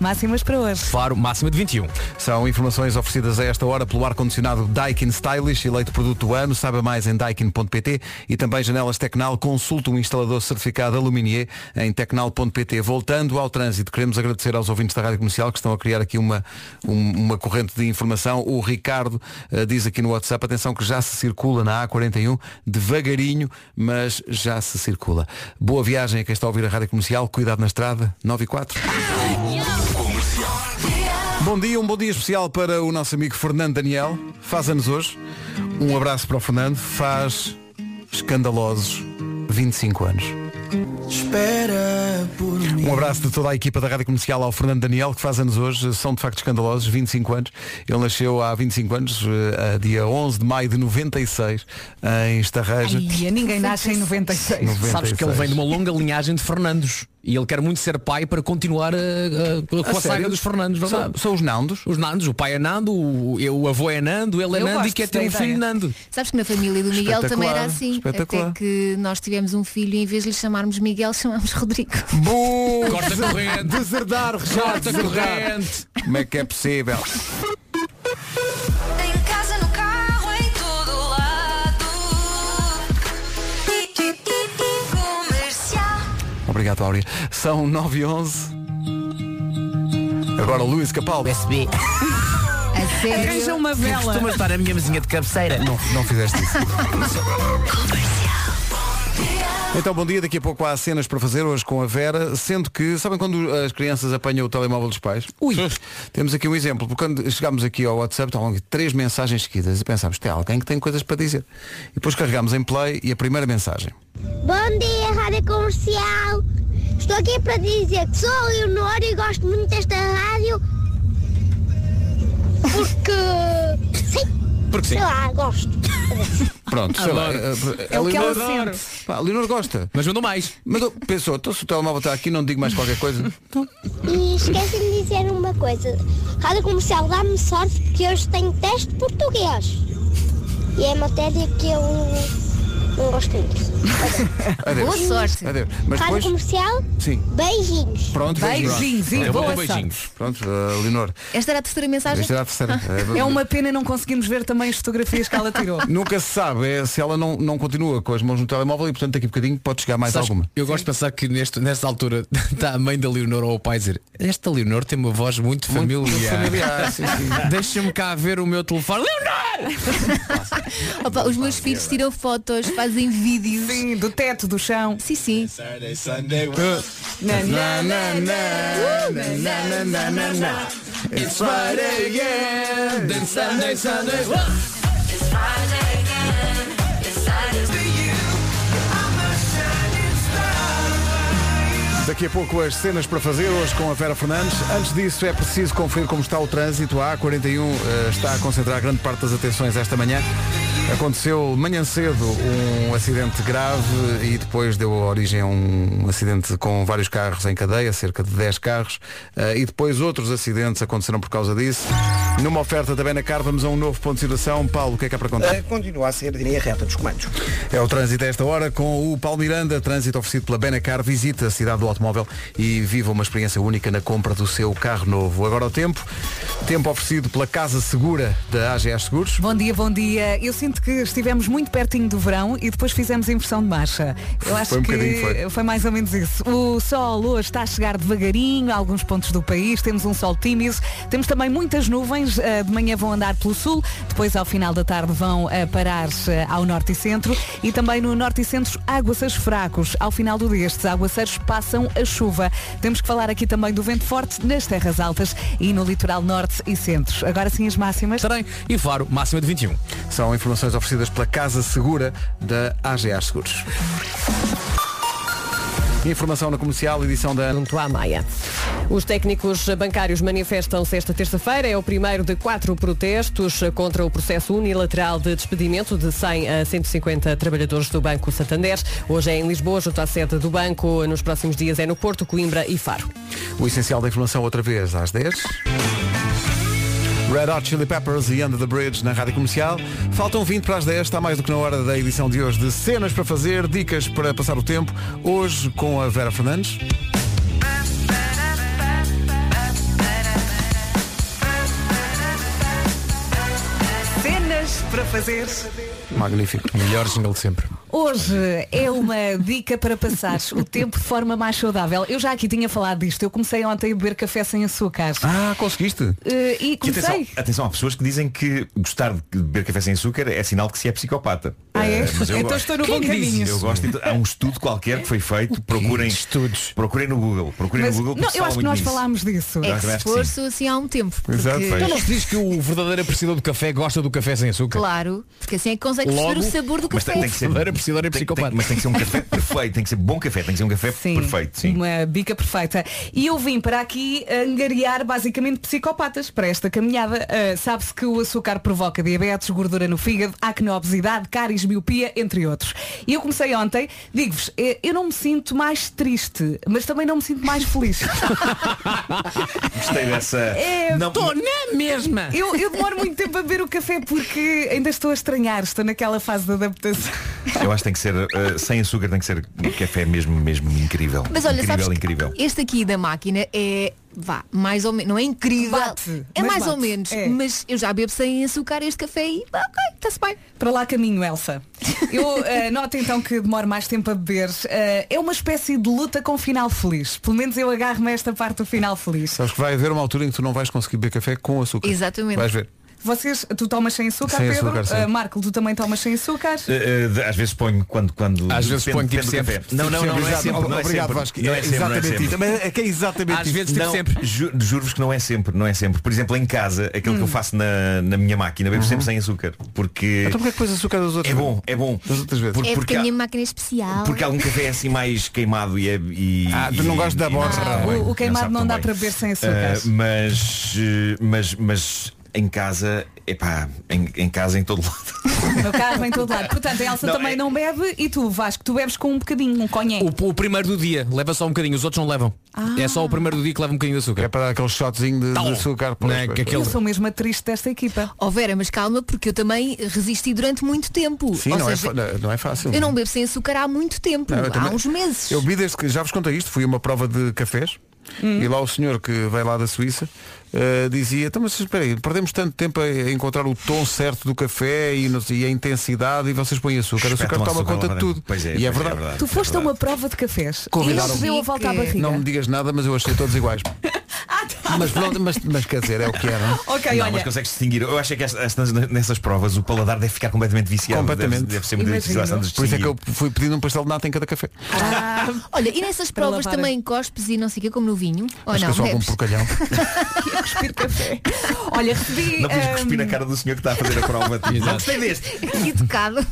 E: Máximas para hoje.
A: Faro, máxima de 21. São informações oferecidas a esta hora pelo ar-condicionado Daikin Stylish, eleito produto do ano. Saiba mais em daikin.pt e também janelas Tecnal. Consulte um instalador certificado Aluminier em tecnal.pt. Voltando ao trânsito, queremos agradecer aos ouvintes da Rádio Comercial que estão a criar aqui uma, um- uma corrente de informação. O Ricardo eh, diz aqui no WhatsApp, atenção que já se circula na A41, devagarinho, mas já se circula. Boa viagem a quem está a ouvir a Rádio Comercial. Cuidado na estrada, 9 e 4. Bom dia, um bom dia especial para o nosso amigo Fernando Daniel. Faz anos hoje. Um abraço para o Fernando. Faz escandalosos 25 anos.
R: Espera por
A: Um abraço de toda a equipa da Rádio Comercial ao Fernando Daniel, que faz anos hoje. São de facto escandalosos 25 anos. Ele nasceu há 25 anos, eh, a dia 11 de maio de 96, em Estarreja.
E: Ia, ninguém nasce [laughs] em 96.
A: 96.
H: Sabes que ele vem de uma longa linhagem de Fernandos e ele quer muito ser pai para continuar a, a- com a,
A: A
H: saga
A: sério?
H: dos Fernandos. não é
A: São-
H: verdade?
A: são os Nandos?
H: Os Nandos, o pai é Nando, o, eu- o avô é Nando, ele é
G: Eu
H: Nando e
G: gosto
H: quer ter
G: da
H: um filho
G: ideia.
H: Nando.
G: Sabes que na família do Miguel também era assim.
H: Espetacular, espetacular.
G: Até que nós tivemos um filho e em vez de lhe chamarmos Miguel, [laughs] chamámos Rodrigo.
A: Bom!
H: Corta a corrente.
A: Deserdar, rejar,
H: Corta a
A: deserdar.
H: corrente.
A: Como é que é possível?
B: Em casa, no carro, em todo lado. Comercial.
A: Obrigado, Áurea. São 9 e 11. Agora Luís Capaldi. SB.
G: A sério?
E: Arranja uma vela.
H: Costuma estar na minha mesinha de cabeceira.
A: Não, não fizeste isso. Então, bom dia. Daqui a pouco há cenas para fazer hoje com a Vera, sendo que, sabem quando as crianças apanham o telemóvel dos pais? Ui! Temos aqui um exemplo, porque quando chegámos aqui ao WhatsApp, estavam aqui três mensagens seguidas e pensámos, tem alguém que tem coisas para dizer. E depois carregámos em play e a primeira mensagem.
S: Bom dia, Rádio Comercial. Estou aqui para dizer que sou a Leonor e gosto muito desta rádio porque sim.
A: Porque sim.
S: Sei lá, gosto.
A: Pronto, sei lá.
H: Adoro.
A: eh,
H: É o que ela
A: Leonor-
H: sente.
A: Pá, a Leonor gosta. Mas mandou mais. Mandou, pensou, então se o telemóvel está aqui, não digo mais qualquer coisa.
S: E esqueci de dizer uma coisa. Rádio Comercial dá-me sorte porque hoje tenho teste de português. E é matéria que eu Não gostei disso.
A: Adeus.
S: Boa sorte.
A: Adeus. Mas
S: Rádio
A: depois...
S: comercial,
A: Sim.
S: beijinhos.
A: Pronto,
E: Beijinhos É e
A: Pronto,
H: um
E: boa
A: pronto,
E: sorte.
A: Pronto, eh, Leonor.
G: Esta era a terceira mensagem?
A: Esta era a terceira. Eh,
E: É uma pena não conseguirmos ver também as fotografias que ela tirou.
A: Nunca se sabe é, se ela não, não continua com as mãos no telemóvel e portanto daqui a bocadinho pode chegar mais
H: Sabes,
A: alguma.
H: Eu gosto de pensar que neste, nesta altura [laughs] está a mãe da Leonor ou o pai a dizer esta Leonor tem uma voz muito familiar.
A: familiar, sim, sim.
H: [laughs] Deixa-me cá ver o meu telefone. Leonor!
G: Opa, os meus filhos tiram fotos, fazem vídeos.
E: [laughs] Sim, do teto, do chão.
G: Sim, sim.
A: Uh,
E: Na, na, na,
B: na, na, na, na, na.
H: It's
B: Friday again. Then Sunday, Sunday. It's Friday again. It's Friday with you. I'm a shining
A: Daqui a pouco as cenas para fazer hoje com a Vera Fernandes. Antes disso é preciso conferir como está o trânsito. A A41 eh, está a concentrar grande parte das atenções esta manhã. Aconteceu manhã cedo um acidente grave e depois deu origem a um acidente com vários carros em cadeia, cerca de 10 carros, eh, e depois outros acidentes aconteceram por causa disso. Numa oferta também na CAR, vamos a um novo ponto de situação. Paulo, o que é que há para contar?
D: Eh, continua a ser de linha reta dos comandos.
A: É o trânsito a esta hora com o Paulo Miranda, trânsito oferecido pela Benacar, visita a cidade do automóvel e viva uma experiência única na compra do seu carro novo. Agora o tempo, tempo oferecido pela Casa Segura da AGS Seguros.
E: Bom dia, bom dia. Eu sinto que estivemos muito pertinho do verão e depois fizemos a inversão de marcha. Eu acho
A: Foi um
E: que
A: bocadinho, foi.
E: mais ou menos isso. O sol hoje está a chegar devagarinho a alguns pontos do país. Temos um sol tímido. Temos também muitas nuvens. eh, De manhã vão andar pelo sul. Depois, ao final da tarde, vão eh, parar eh, ao norte e centro. E também no norte e centro, aguaceiros fracos. Ao final do dia, estes aguaceiros passam a chuva. Temos que falar aqui também do vento forte nas terras altas e no litoral norte e centro. Agora sim as máximas.
H: E um. Faro, máxima de 21.
A: São informações oferecidas pela Casa Segura da AGS Seguros. Informação na comercial, edição da
I: Junto à Maia. Os técnicos bancários manifestam-se esta terça-feira. É o primeiro de quatro protestos contra o processo unilateral de despedimento de 100 a 150 trabalhadores do Banco Santander. Hoje é em Lisboa, junto à sede do banco. Nos próximos dias é no Porto, Coimbra e Faro.
A: O essencial da informação outra vez às 10. Red Hot Chili Peppers e Under the Bridge na Rádio Comercial. Faltam 20 para as 10, está mais do que na hora da edição de hoje de cenas para fazer, dicas para passar o tempo, hoje com a Vera Fernandes.
E: Cenas para fazer.
A: Magnífico.
H: Melhor single de sempre.
E: Hoje é uma dica para passar o tempo de forma mais saudável. Eu já aqui tinha falado disto. Eu comecei ontem a beber café sem açúcar.
A: Ah, conseguiste?
E: Eh, e
Q: E atenção,
E: comecei.
Q: atenção, há pessoas que dizem que gostar de beber café sem açúcar é sinal que se é psicopata.
E: Ah, é?
Q: Eh, mas eu
E: Então
Q: gosto.
E: estou no Quem bom disse caminho. isso?
Q: Eu gosto, então, há um estudo qualquer que foi feito, procurem estudos. Procurem no Google, procurem
E: Mas-
Q: no Google.
E: não, eu acho que nós falámos disso.
G: É
Q: Eu
G: que
Q: também
G: se
Q: acho que
G: esforço assim há um tempo. Porque,
H: Então não se diz que o verdadeiro apreciador do café gosta do café sem açúcar.
G: Claro, porque assim é que consegue perceber o sabor do
Q: mas
G: café.
Q: tem, tem que ser
H: apreciador é
Q: psicopata. mas tem que ser um café perfeito, tem que ser bom café, tem que ser um café perfeito, sim.
E: Uma bica perfeita. E eu vim para aqui angariar basicamente psicopatas para esta caminhada. Ah, Sabe-se que o açúcar provoca diabetes, gordura no fígado, acne, obesidade, cáries, miopia, entre outros. E eu comecei ontem, digo-vos, eh, eu não me sinto mais triste, mas também não me sinto mais
Q: [laughs]
E: feliz.
Q: Gostei dessa.
E: É.
Q: Não-
E: estou na mesma. Eu, eu demoro muito tempo a beber o café porque ainda estou a estranhar, estou naquela fase de adaptação.
Q: Eu acho que tem que ser, eh, sem açúcar tem que ser um café mesmo, mesmo incrível.
G: Mas olha,
Q: incrível,
G: sabes que
Q: incrível.
G: este aqui da máquina é, vá, mais ou menos, não é incrível. é
E: mas
G: mais ou
E: bate,
G: menos,
E: é.
G: mas eu já bebo sem açúcar este café e, pá, ok, está-se bem.
E: Para lá caminho, Elsa. Eu eh, noto então que demoro mais tempo a beber. Eh, é uma espécie de luta com final feliz. Pelo menos eu agarro-me a esta parte do final feliz.
A: Sabes que vai haver uma altura em que tu não vais conseguir beber café com açúcar.
E: Exatamente.
A: Vais ver.
E: Vocês, tu tomas sem açúcar,
A: Sem
E: Pedro?
A: açúcar, sim.
E: Eh, Marco, tu também tomas sem açúcar?
Q: Eh, eh, de- às vezes ponho quando quando
H: Às vezes
Q: depende-
H: ponho tipo
Q: depende do
H: sempre.
Q: café. Não, não,
H: Tipo
Q: não,
H: sempre,
Q: não é
H: exato.
Q: sempre. não é
H: Obrigado,
Q: sempre.
H: Vasco.
Q: Não
H: É
Q: é sempre, não é
H: exatamente
Q: sempre.
H: isso. Também é que é exatamente Às isso. vezes, tipo
Q: Não,
H: sempre.
Q: ju- Juro-vos que não é sempre, não é sempre. Por exemplo, em casa, aquilo que eu
H: Hum.
Q: faço na, na minha máquina, bebo
A: Uhum.
Q: sempre sem açúcar. Porque
A: Então porquê é que pões açúcar das outras
Q: é bom, é bom. Por-
G: é porque
Q: porque,
G: a
Q: há-
G: minha máquina é especial.
Q: porque algum café é assim mais queimado e é. E, ah,
A: tu não gostas da borra.
E: o- o queimado não dá para beber sem açúcar.
Q: Uh, mas, uh, mas, mas em casa, epá, em, em casa em todo lado.
E: No carro, em todo lado. Portanto, a Elsa
H: Não,
E: também não bebe e tu, Vasco, tu bebes com um bocadinho, um conhé.
H: O, o primeiro do dia leva só um bocadinho, os outros não levam.
E: Ah.
H: É só o primeiro do dia que leva um bocadinho de açúcar. É
A: para dar aquele shotzinho de, açúcar.
H: Não é, que aquele...
E: Eu sou mesmo a triste desta equipa.
G: Oh Vera, mas calma, porque eu também resisti durante muito tempo.
A: Sim,
G: Ou
A: não, é,
G: seja,
A: fa- não- não é fácil.
G: eu não bebo sem açúcar há muito tempo,
A: Não, eu
G: há
A: também-
G: uns meses.
A: Eu vi desde que, já vos contei isto, fui a uma prova de cafés
G: Hum.
A: e lá o senhor que veio lá da Suíça eh, dizia, então mas espera aí, perdemos tanto tempo a, a encontrar o tom certo do café e, não sei, e a intensidade e vocês põem açúcar, o
Q: Espetam
A: açúcar toma
Q: açúcar
A: conta
Q: lá
A: de
Q: dentro.
A: tudo.
Q: Pois é,
A: e é
Q: pois é, é
A: verdade.
Q: verdade.
E: Tu foste a uma prova de cafés e não te deu a volta à barriga. Ah, tá.
A: Não me digas nada, mas eu achei todos iguais. mas, pronto, mas, mas quer dizer, é o que é, não é?
E: [laughs] Ok,
Q: não,
E: olha.
Q: mas consegues distinguir. Eu acho é que estas- estas- nessas provas o paladar deve ficar completamente viciado.
A: Completamente.
Q: Deve, deve ser muito difícil às tantas
A: Por isso é que
Q: distinguir.
A: eu fui pedindo um pastel de nata em cada café.
E: Ah,
G: Olha, e nessas
A: Para
G: provas
A: lavar a-
G: também cospes e não sei o quê, como no vinho? Ou
A: Acho que é
G: não?
A: só algum
G: Bebes?
A: porcalhão.
E: Olha, recebi.
Q: Não podes
E: hum,
Q: cuspir na cara do senhor que está a fazer
A: [laughs]
Q: a prova. Não gostei deste.
G: Educado.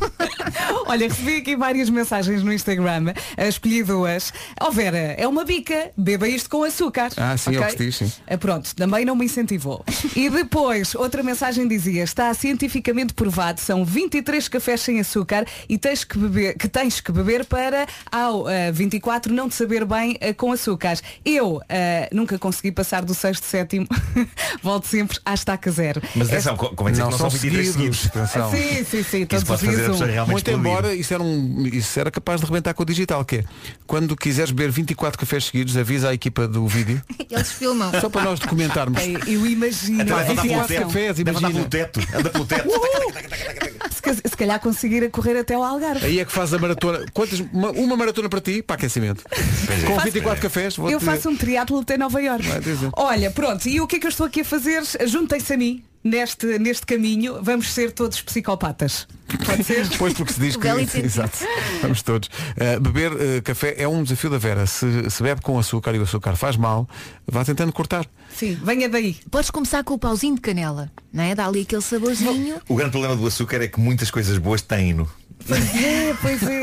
E: Olha, recebi aqui várias mensagens no Instagram. Eh, Escolhi duas. Ó Vera, é uma bica. Beba isto com açúcar.
A: Ah, sim, é o
E: ok?
A: que se diz, sim.
E: Eh, Pronto, também não me incentivou. E depois, outra mensagem dizia, está cientificamente provado, são 23 cafés sem açúcar e tens que beber, que tens que beber para ao eh, 24 não te saber bem eh, com açúcares. Eu eh, nunca consegui passar do sexto sétimo. [laughs] Volto sempre à estaca zero.
Q: Mas
E: Esta-
Q: atenção, co- convém dizer é que não são 23 seguidos.
A: atenção.
E: Sim, sim, sim, todos os
Q: pode fazer a
E: dias
Q: pessoa
E: um.
Q: É realmente
A: Muito embora isso era, um- isso era capaz de rebentar com o digital, que é quando quiseres beber 24 cafés seguidos, avisa a equipa do vídeo.
G: Eles filmam.
A: Só para nós
E: [laughs]
A: documentarmos.
E: Ei, Eu imagino.
A: Então, vai
E: Sim,
A: andar
E: sim,
A: pelo
E: ação.
A: teto. Cafés,
Q: Deve andar
A: imagina.
Q: pelo teto. Anda pelo teto.
E: Uh! Se ca- Se calhar conseguir a correr até ao Algarve.
A: Aí é que faz a maratona. Quantas, uma, uma maratona para ti, para aquecimento.
Q: é.
A: Com 24 cafés, vou
E: eu faço um triatlo até Nova York.
A: Vai dizer.
E: Olha, pronto, e o que é que eu estou aqui a fazer? Juntem-se a mim neste, neste caminho. Vamos ser todos psicopatas. Pode
A: [laughs]
E: ser?
A: Pois porque se diz
E: O
A: que.
E: belo incentivo.
A: Exato. Vamos todos. Uh, beber uh, café é um desafio da Vera. Se, se bebe com açúcar e o açúcar faz mal, vá tentando cortar.
E: Sim, venha daí.
G: Podes começar com o pauzinho de canela, não é? Dá ali aquele saborzinho.
Q: O grande problema do açúcar é que muitas coisas boas têm-no.
E: Pois é, pois é.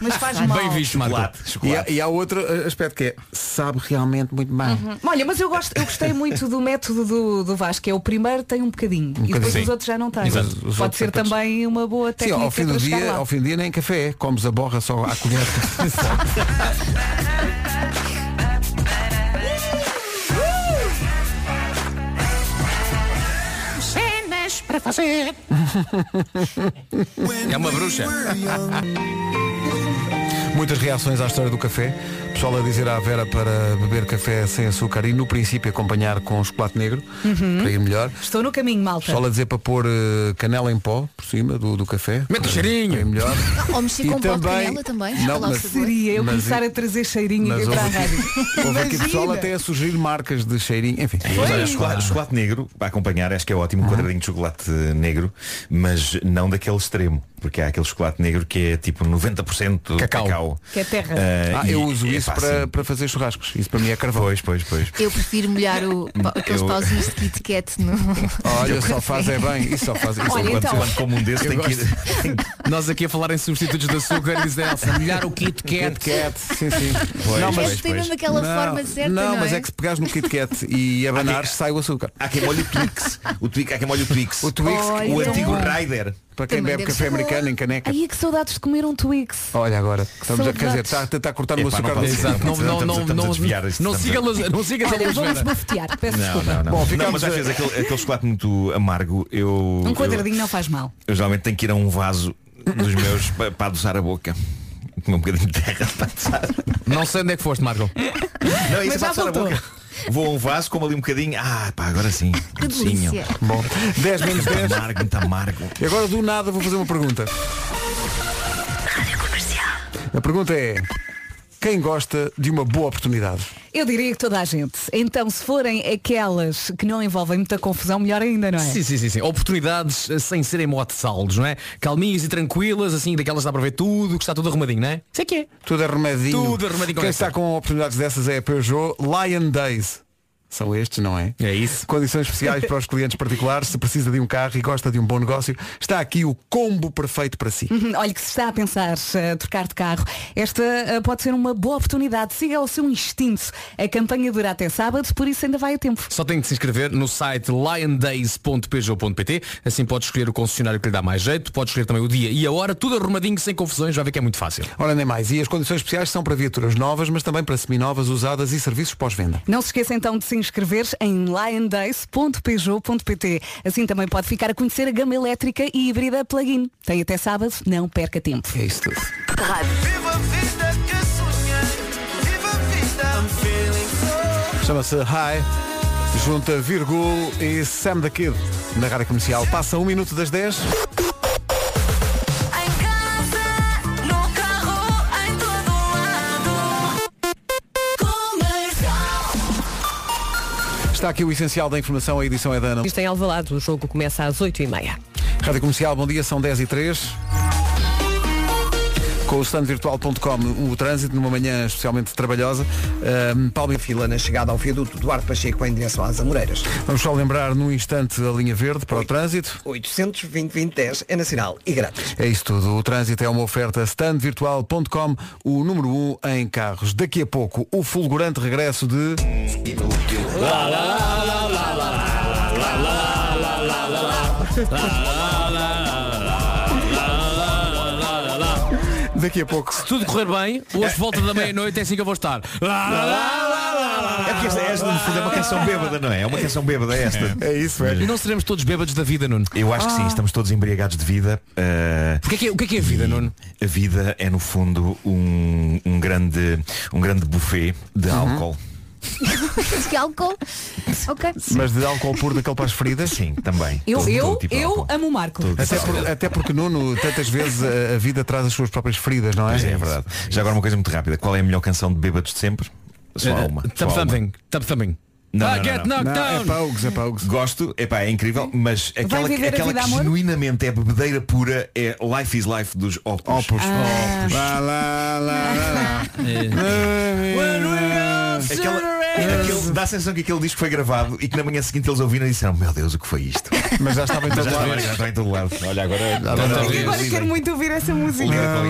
E: Mas faz mal.
Q: Chocolate.
A: E, há, e há outro uh, aspecto que é, sabe realmente muito mal.
E: Uhum. Olha, mas eu, gosto, eu gostei muito do método do, do Vasco, que é o primeiro tem um bocadinho e depois
A: bocadinho.
E: os
A: Sim.
E: outros já não têm.
A: Exato. Os
E: Pode
A: outros
E: ser
A: é todos-
E: também uma boa
A: Sim,
E: técnica
A: ao fim, do
E: para chegar
A: dia,
E: lá.
A: ao fim do dia nem café é. Comes a borra só à colher.
B: Cenas para fazer.
A: [laughs] É uma bruxa. Muitas reações à história do café. Pessoal a dizer à Vera para beber café sem açúcar e no princípio acompanhar com um chocolate negro,
E: Uhum.
A: para ir melhor.
E: Estou no caminho, malta.
A: Pessoal a dizer para pôr eh, canela em pó por cima do, do café. Mete cheirinho. Para ir melhor.
G: Ou mexer
A: E
G: com um pó de
A: também-
G: canela também.
A: Não,
G: Olha lá o
A: mas-
G: sabor.
E: Seria eu
A: Mas
E: começar
A: e-
E: a trazer cheirinho
A: mas
E: para a
A: houve
E: rádio.
A: [laughs] Houve aqui
E: Imagina.
A: pessoal até a sugerir marcas de cheirinho. Enfim.
Q: Mas olha, é, chocolate, chocolate negro, para acompanhar, acho que é ótimo, um quadradinho de chocolate eh, negro, mas não daquele extremo, porque há aquele chocolate negro que é tipo 90% cacau. cacau.
E: Que é terra.
Q: Eh,
A: Ah, eu
Q: e-
A: uso
Q: é
A: isso
Q: fácil.
A: para, para fazer churrascos. Isso para mim é carvão.
Q: Pois, pois, pois.
G: Eu prefiro molhar o, pa- aqueles
Q: Eu-
G: pauzinhos de Kit Kat no.
A: Olha, só faz é bem. Isso só faz isso.
G: Olha,
Q: Quando- então- quando como um desses,
H: Eu
Q: tem que
H: gosto. Nós aqui a falar em substitutos de açúcar diz a Elsa, molhar o Kit Kat.
A: Kit Kat, sim, sim.
Q: Pois,
A: não,
G: Esse tem mesmo aquela forma certa, não,
A: não, mas é
G: é
A: que se pegares no Kit Kat e abanares, sai o açúcar.
Q: Há quem molhe o Twix. O Twix, há quem molhe o Twix. O
A: Twix, é Olha.
Q: o antigo Rider.
A: Para quem bebe café americano em caneca.
E: Ai, que saudades de comer um [laughs] Twix.
A: Olha agora, estamos a, quer dizer,
E: Saudades.
A: está a tentar cortar o meu
Q: Epá, não
A: açúcar
Q: pode
A: do-
Q: ser. Não, não, não,
A: estamos a
Q: não,
A: desviar
Q: não,
A: isto,
Q: não
A: estamos a-
Q: siga-las- não siga-las a
E: Olha,
Q: luz,
E: vamos
Q: Vera.
E: bufetear. Peço
Q: Não,
E: desculpa.
Q: não, não.
A: Bom,
Q: não
A: ficamos
Q: mas às
A: a-
Q: vezes aquele, aquele chocolate muito amargo, eu,
E: Um
Q: eu,
E: quadradinho não faz mal.
Q: eu geralmente tenho que ir a um vaso dos meus pa- para adoçar a boca. Com um bocadinho de terra [laughs] para adoçar.
H: Não sei onde é que foste, Marco.
Q: Não, isso
H: Mas já
Q: é para adoçar a
H: voltou.
Q: boca. Vou a um vaso, como ali um bocadinho. Ah, pá, agora sim.
G: Que delícia.
Q: Docinho.
A: Bom, 10 menos
Q: Muito [laughs]
A: 10.
Q: amargo, muito amargo.
A: E agora do nada vou fazer uma pergunta. A pergunta é, quem gosta de uma boa oportunidade?
E: Eu diria que toda a gente. Então, se forem aquelas que não envolvem muita confusão, melhor ainda, não é?
H: Sim, sim, sim, sim. Oportunidades eh, sem serem mote saldos, não é? Calminhas e tranquilas, assim, daquelas que dá para ver tudo, que está tudo arrumadinho, não é? Isso é que é.
A: Tudo arrumadinho.
H: Tudo arrumadinho com
A: Quem
H: essa.
A: está com oportunidades dessas é a Peugeot Lion Days. São estes, não é?
H: É isso.
A: Condições especiais para
H: [laughs]
A: os clientes particulares. Se precisa de um carro e gosta de um bom negócio, está aqui o combo perfeito para
H: Hum.
A: si.
E: Uhum, [laughs] Olha, que se está a pensar eh, trocar de carro, esta eh, pode ser uma boa oportunidade. Siga o seu instinto. A campanha dura até sábado, por isso ainda vai a tempo.
H: Só tem que se inscrever no site liondays.peugeot.pt Assim pode escolher o concessionário que lhe dá mais jeito Pode escolher também o dia e a hora Tudo arrumadinho, sem confusões Vai ver que é muito fácil
A: Ora, nem mais. E as condições especiais são para viaturas novas, mas também para seminovas, usadas e serviços pós-venda.
E: Não se esqueça então de se inscrever em liondays.peugeot.pt Assim também pode ficar a conhecer a gama elétrica e híbrida plug-in. Tem até sábado, não perca tempo.
A: É isso tudo.
B: Viva a vida que sonhei, viva a vida. I'm feeling so.
A: Chama-se High, junta Virgul e Sam the Kid. Na rádio comercial passa um minuto das 10.
B: Em casa, no carro, em todo lado. Comercial.
A: Está aqui o essencial da informação, a edição é da Ana.
I: Isto em Alvalade, o jogo começa às 8h30.
A: Rádio Comercial, bom dia, são 10 e 3 com o standvirtual.com o trânsito numa manhã especialmente trabalhosa um, Paulo e
D: Fila na chegada ao viaduto Duarte Pacheco em direção às Amoreiras
A: vamos só lembrar num instante a linha verde para o trânsito
D: 820-2010 é nacional e grátis
A: é isso tudo, o trânsito é uma oferta standvirtual.com o número 1 um em carros daqui a pouco o fulgurante regresso de Daqui a pouco.
H: Se tudo correr bem, hoje volta
Q: [laughs]
H: da meia-noite, é assim que eu vou estar.
Q: É porque esta, esta no fundo, é uma canção bêbada, não é? É uma canção bêbada esta.
A: É, isso, é.
H: E não seremos todos bêbados da vida, Nuno.
Q: Eu acho que sim, estamos todos embriagados de vida. ah,
H: O que é que é, o que é que é a vida, Nuno?
Q: A vida é no fundo um, um grande, um grande buffet de álcool.
G: [laughs] que álcool? Ok.
A: mas de álcool puro daquele para as feridas [laughs]
Q: sim, também tipo
E: Eu, eu,
A: tipo
E: eu amo o Marco.
A: até, por- até porque Nuno, tantas vezes a, a vida traz as suas próprias feridas, não é?
Q: Pois é, é verdade. Já agora uma coisa muito rápida. Qual é a melhor canção de bêbados de sempre? Só há uma.
H: Eh, Tap something, tap something.
Q: Não,
H: Ah,
Q: não,
H: get
Q: não, é não.
H: knocked
A: é
H: down.
Q: Gosto, epá, é incrível, mas aquela,
H: viver a
Q: aquela
H: vida,
Q: que
H: amor?
Q: genuinamente é bebedeira pura é Life is Life dos Opus. Opus.
A: Opus. Lá, lá, lá, [laughs] lá.
Q: Aquela, aquele, dá a sensação que aquele disco foi gravado e que na manhã seguinte eles ouviram e disseram, meu Deus, o que foi isto?
A: Mas já estava em todo
Q: já
A: lado.
Q: estava- já estava em todo lado. Olha, agora.
A: estava
Q: agora-
A: em todo
E: Agora quero muito ouvir essa música.
Q: Lida com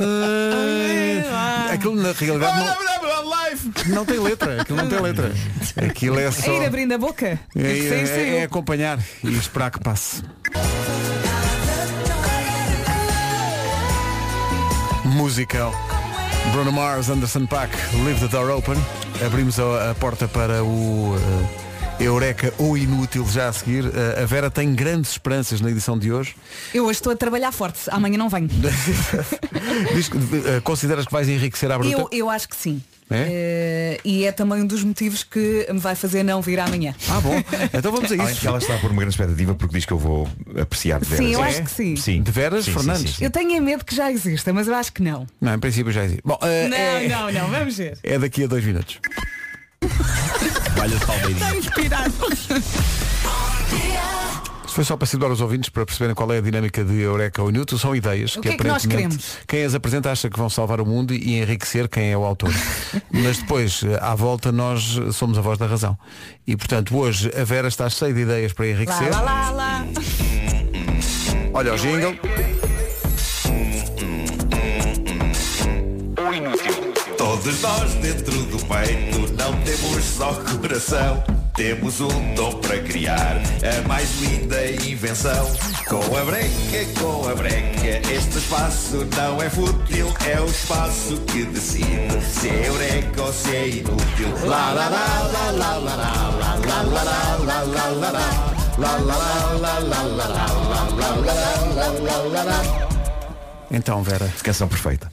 Q: isso.
A: Aquilo na realidade não, não tem letra. Aquilo não tem [laughs] letra. Aquilo é só.
E: A ir abrindo a boca.
A: É,
E: Saiu,
A: é-
E: saiu.
A: é acompanhar e esperar que passe. Musical. Bruno Mars, Anderson Pack, Leave the Door Open. Abrimos a, a porta para o eh, Eureka ou Inútil já a seguir. Eh, a Vera tem grandes esperanças na edição de hoje. [laughs]
E: Eu hoje estou a trabalhar forte, amanhã não venho.
A: Diz que, eh, consideras que vais enriquecer à bruta?
E: Eu, eu acho que sim.
A: É?
E: Eh, e é também um dos motivos que me vai fazer não vir amanhã.
A: Ah, bom. Então vamos a
Q: Além de que
A: isso.
Q: ela está por uma grande expectativa porque diz que eu vou apreciar de
E: Sim,
Q: veras.
E: eu
Q: É?
E: acho que sim.
A: De veras,
Q: Sim, sim,
A: Fernandes?
Q: sim, sim.
E: Eu tenho é medo que já exista, mas eu acho que não.
A: Não, em princípio já existe. Bom, eh,
E: não,
A: é,
E: não, não, vamos ver.
A: é daqui a dois minutos. Olha de
E: Está inspirado.
A: Isto foi só para situar os ouvintes para perceberem qual é a dinâmica de Eureka ou Inútil. São ideias
E: O que é que nós
A: aparentemente,
E: queremos?
A: quem as apresenta acha que vão salvar o mundo e enriquecer quem é o autor. Mas depois, eh, à volta, nós eh, somos a voz da razão. E portanto, hoje a Vera está cheia de ideias para
E: Lá,
A: enriquecer.
E: lá, lá, lá.
A: Olha o jingle.
B: O inútil.
R: Todos nós dentro do peito não temos só coração. Temos um dom para criar a mais linda invenção. Com a breca, com a breca, este espaço não é fútil. É o espaço que decide se é eureka ou se é inútil. Lá, lá, lá, lá, lá, lá, lá, lá, lá, lá, lá, lá, lá, lá. Lá, lá, lá, lá, lá, lá, lá, lá, lá, lá, lá, lá, lá, lá.
A: Então, Vera.
Q: Canção perfeita.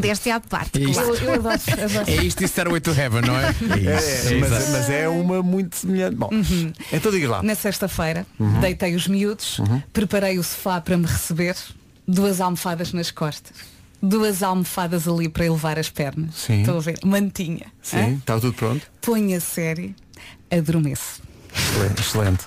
G: Deste à parte.
H: É isto.
G: claro.
H: Eu- eu É isto e Stairway to Heaven, não é?
A: É, é, mas, mas é uma muito semelhante. Bom, então diga lá.
E: Na sexta-feira,
A: Uhum.
E: deitei os miúdos,
A: Uhum.
E: preparei o sofá para me receber, duas almofadas nas costas, duas almofadas ali para elevar as pernas.
A: Sim.
E: Estou a ver. Mantinha.
A: Sim,
E: hã?
A: está tudo pronto?
E: Ponho a série, adormeço.
A: Excelente.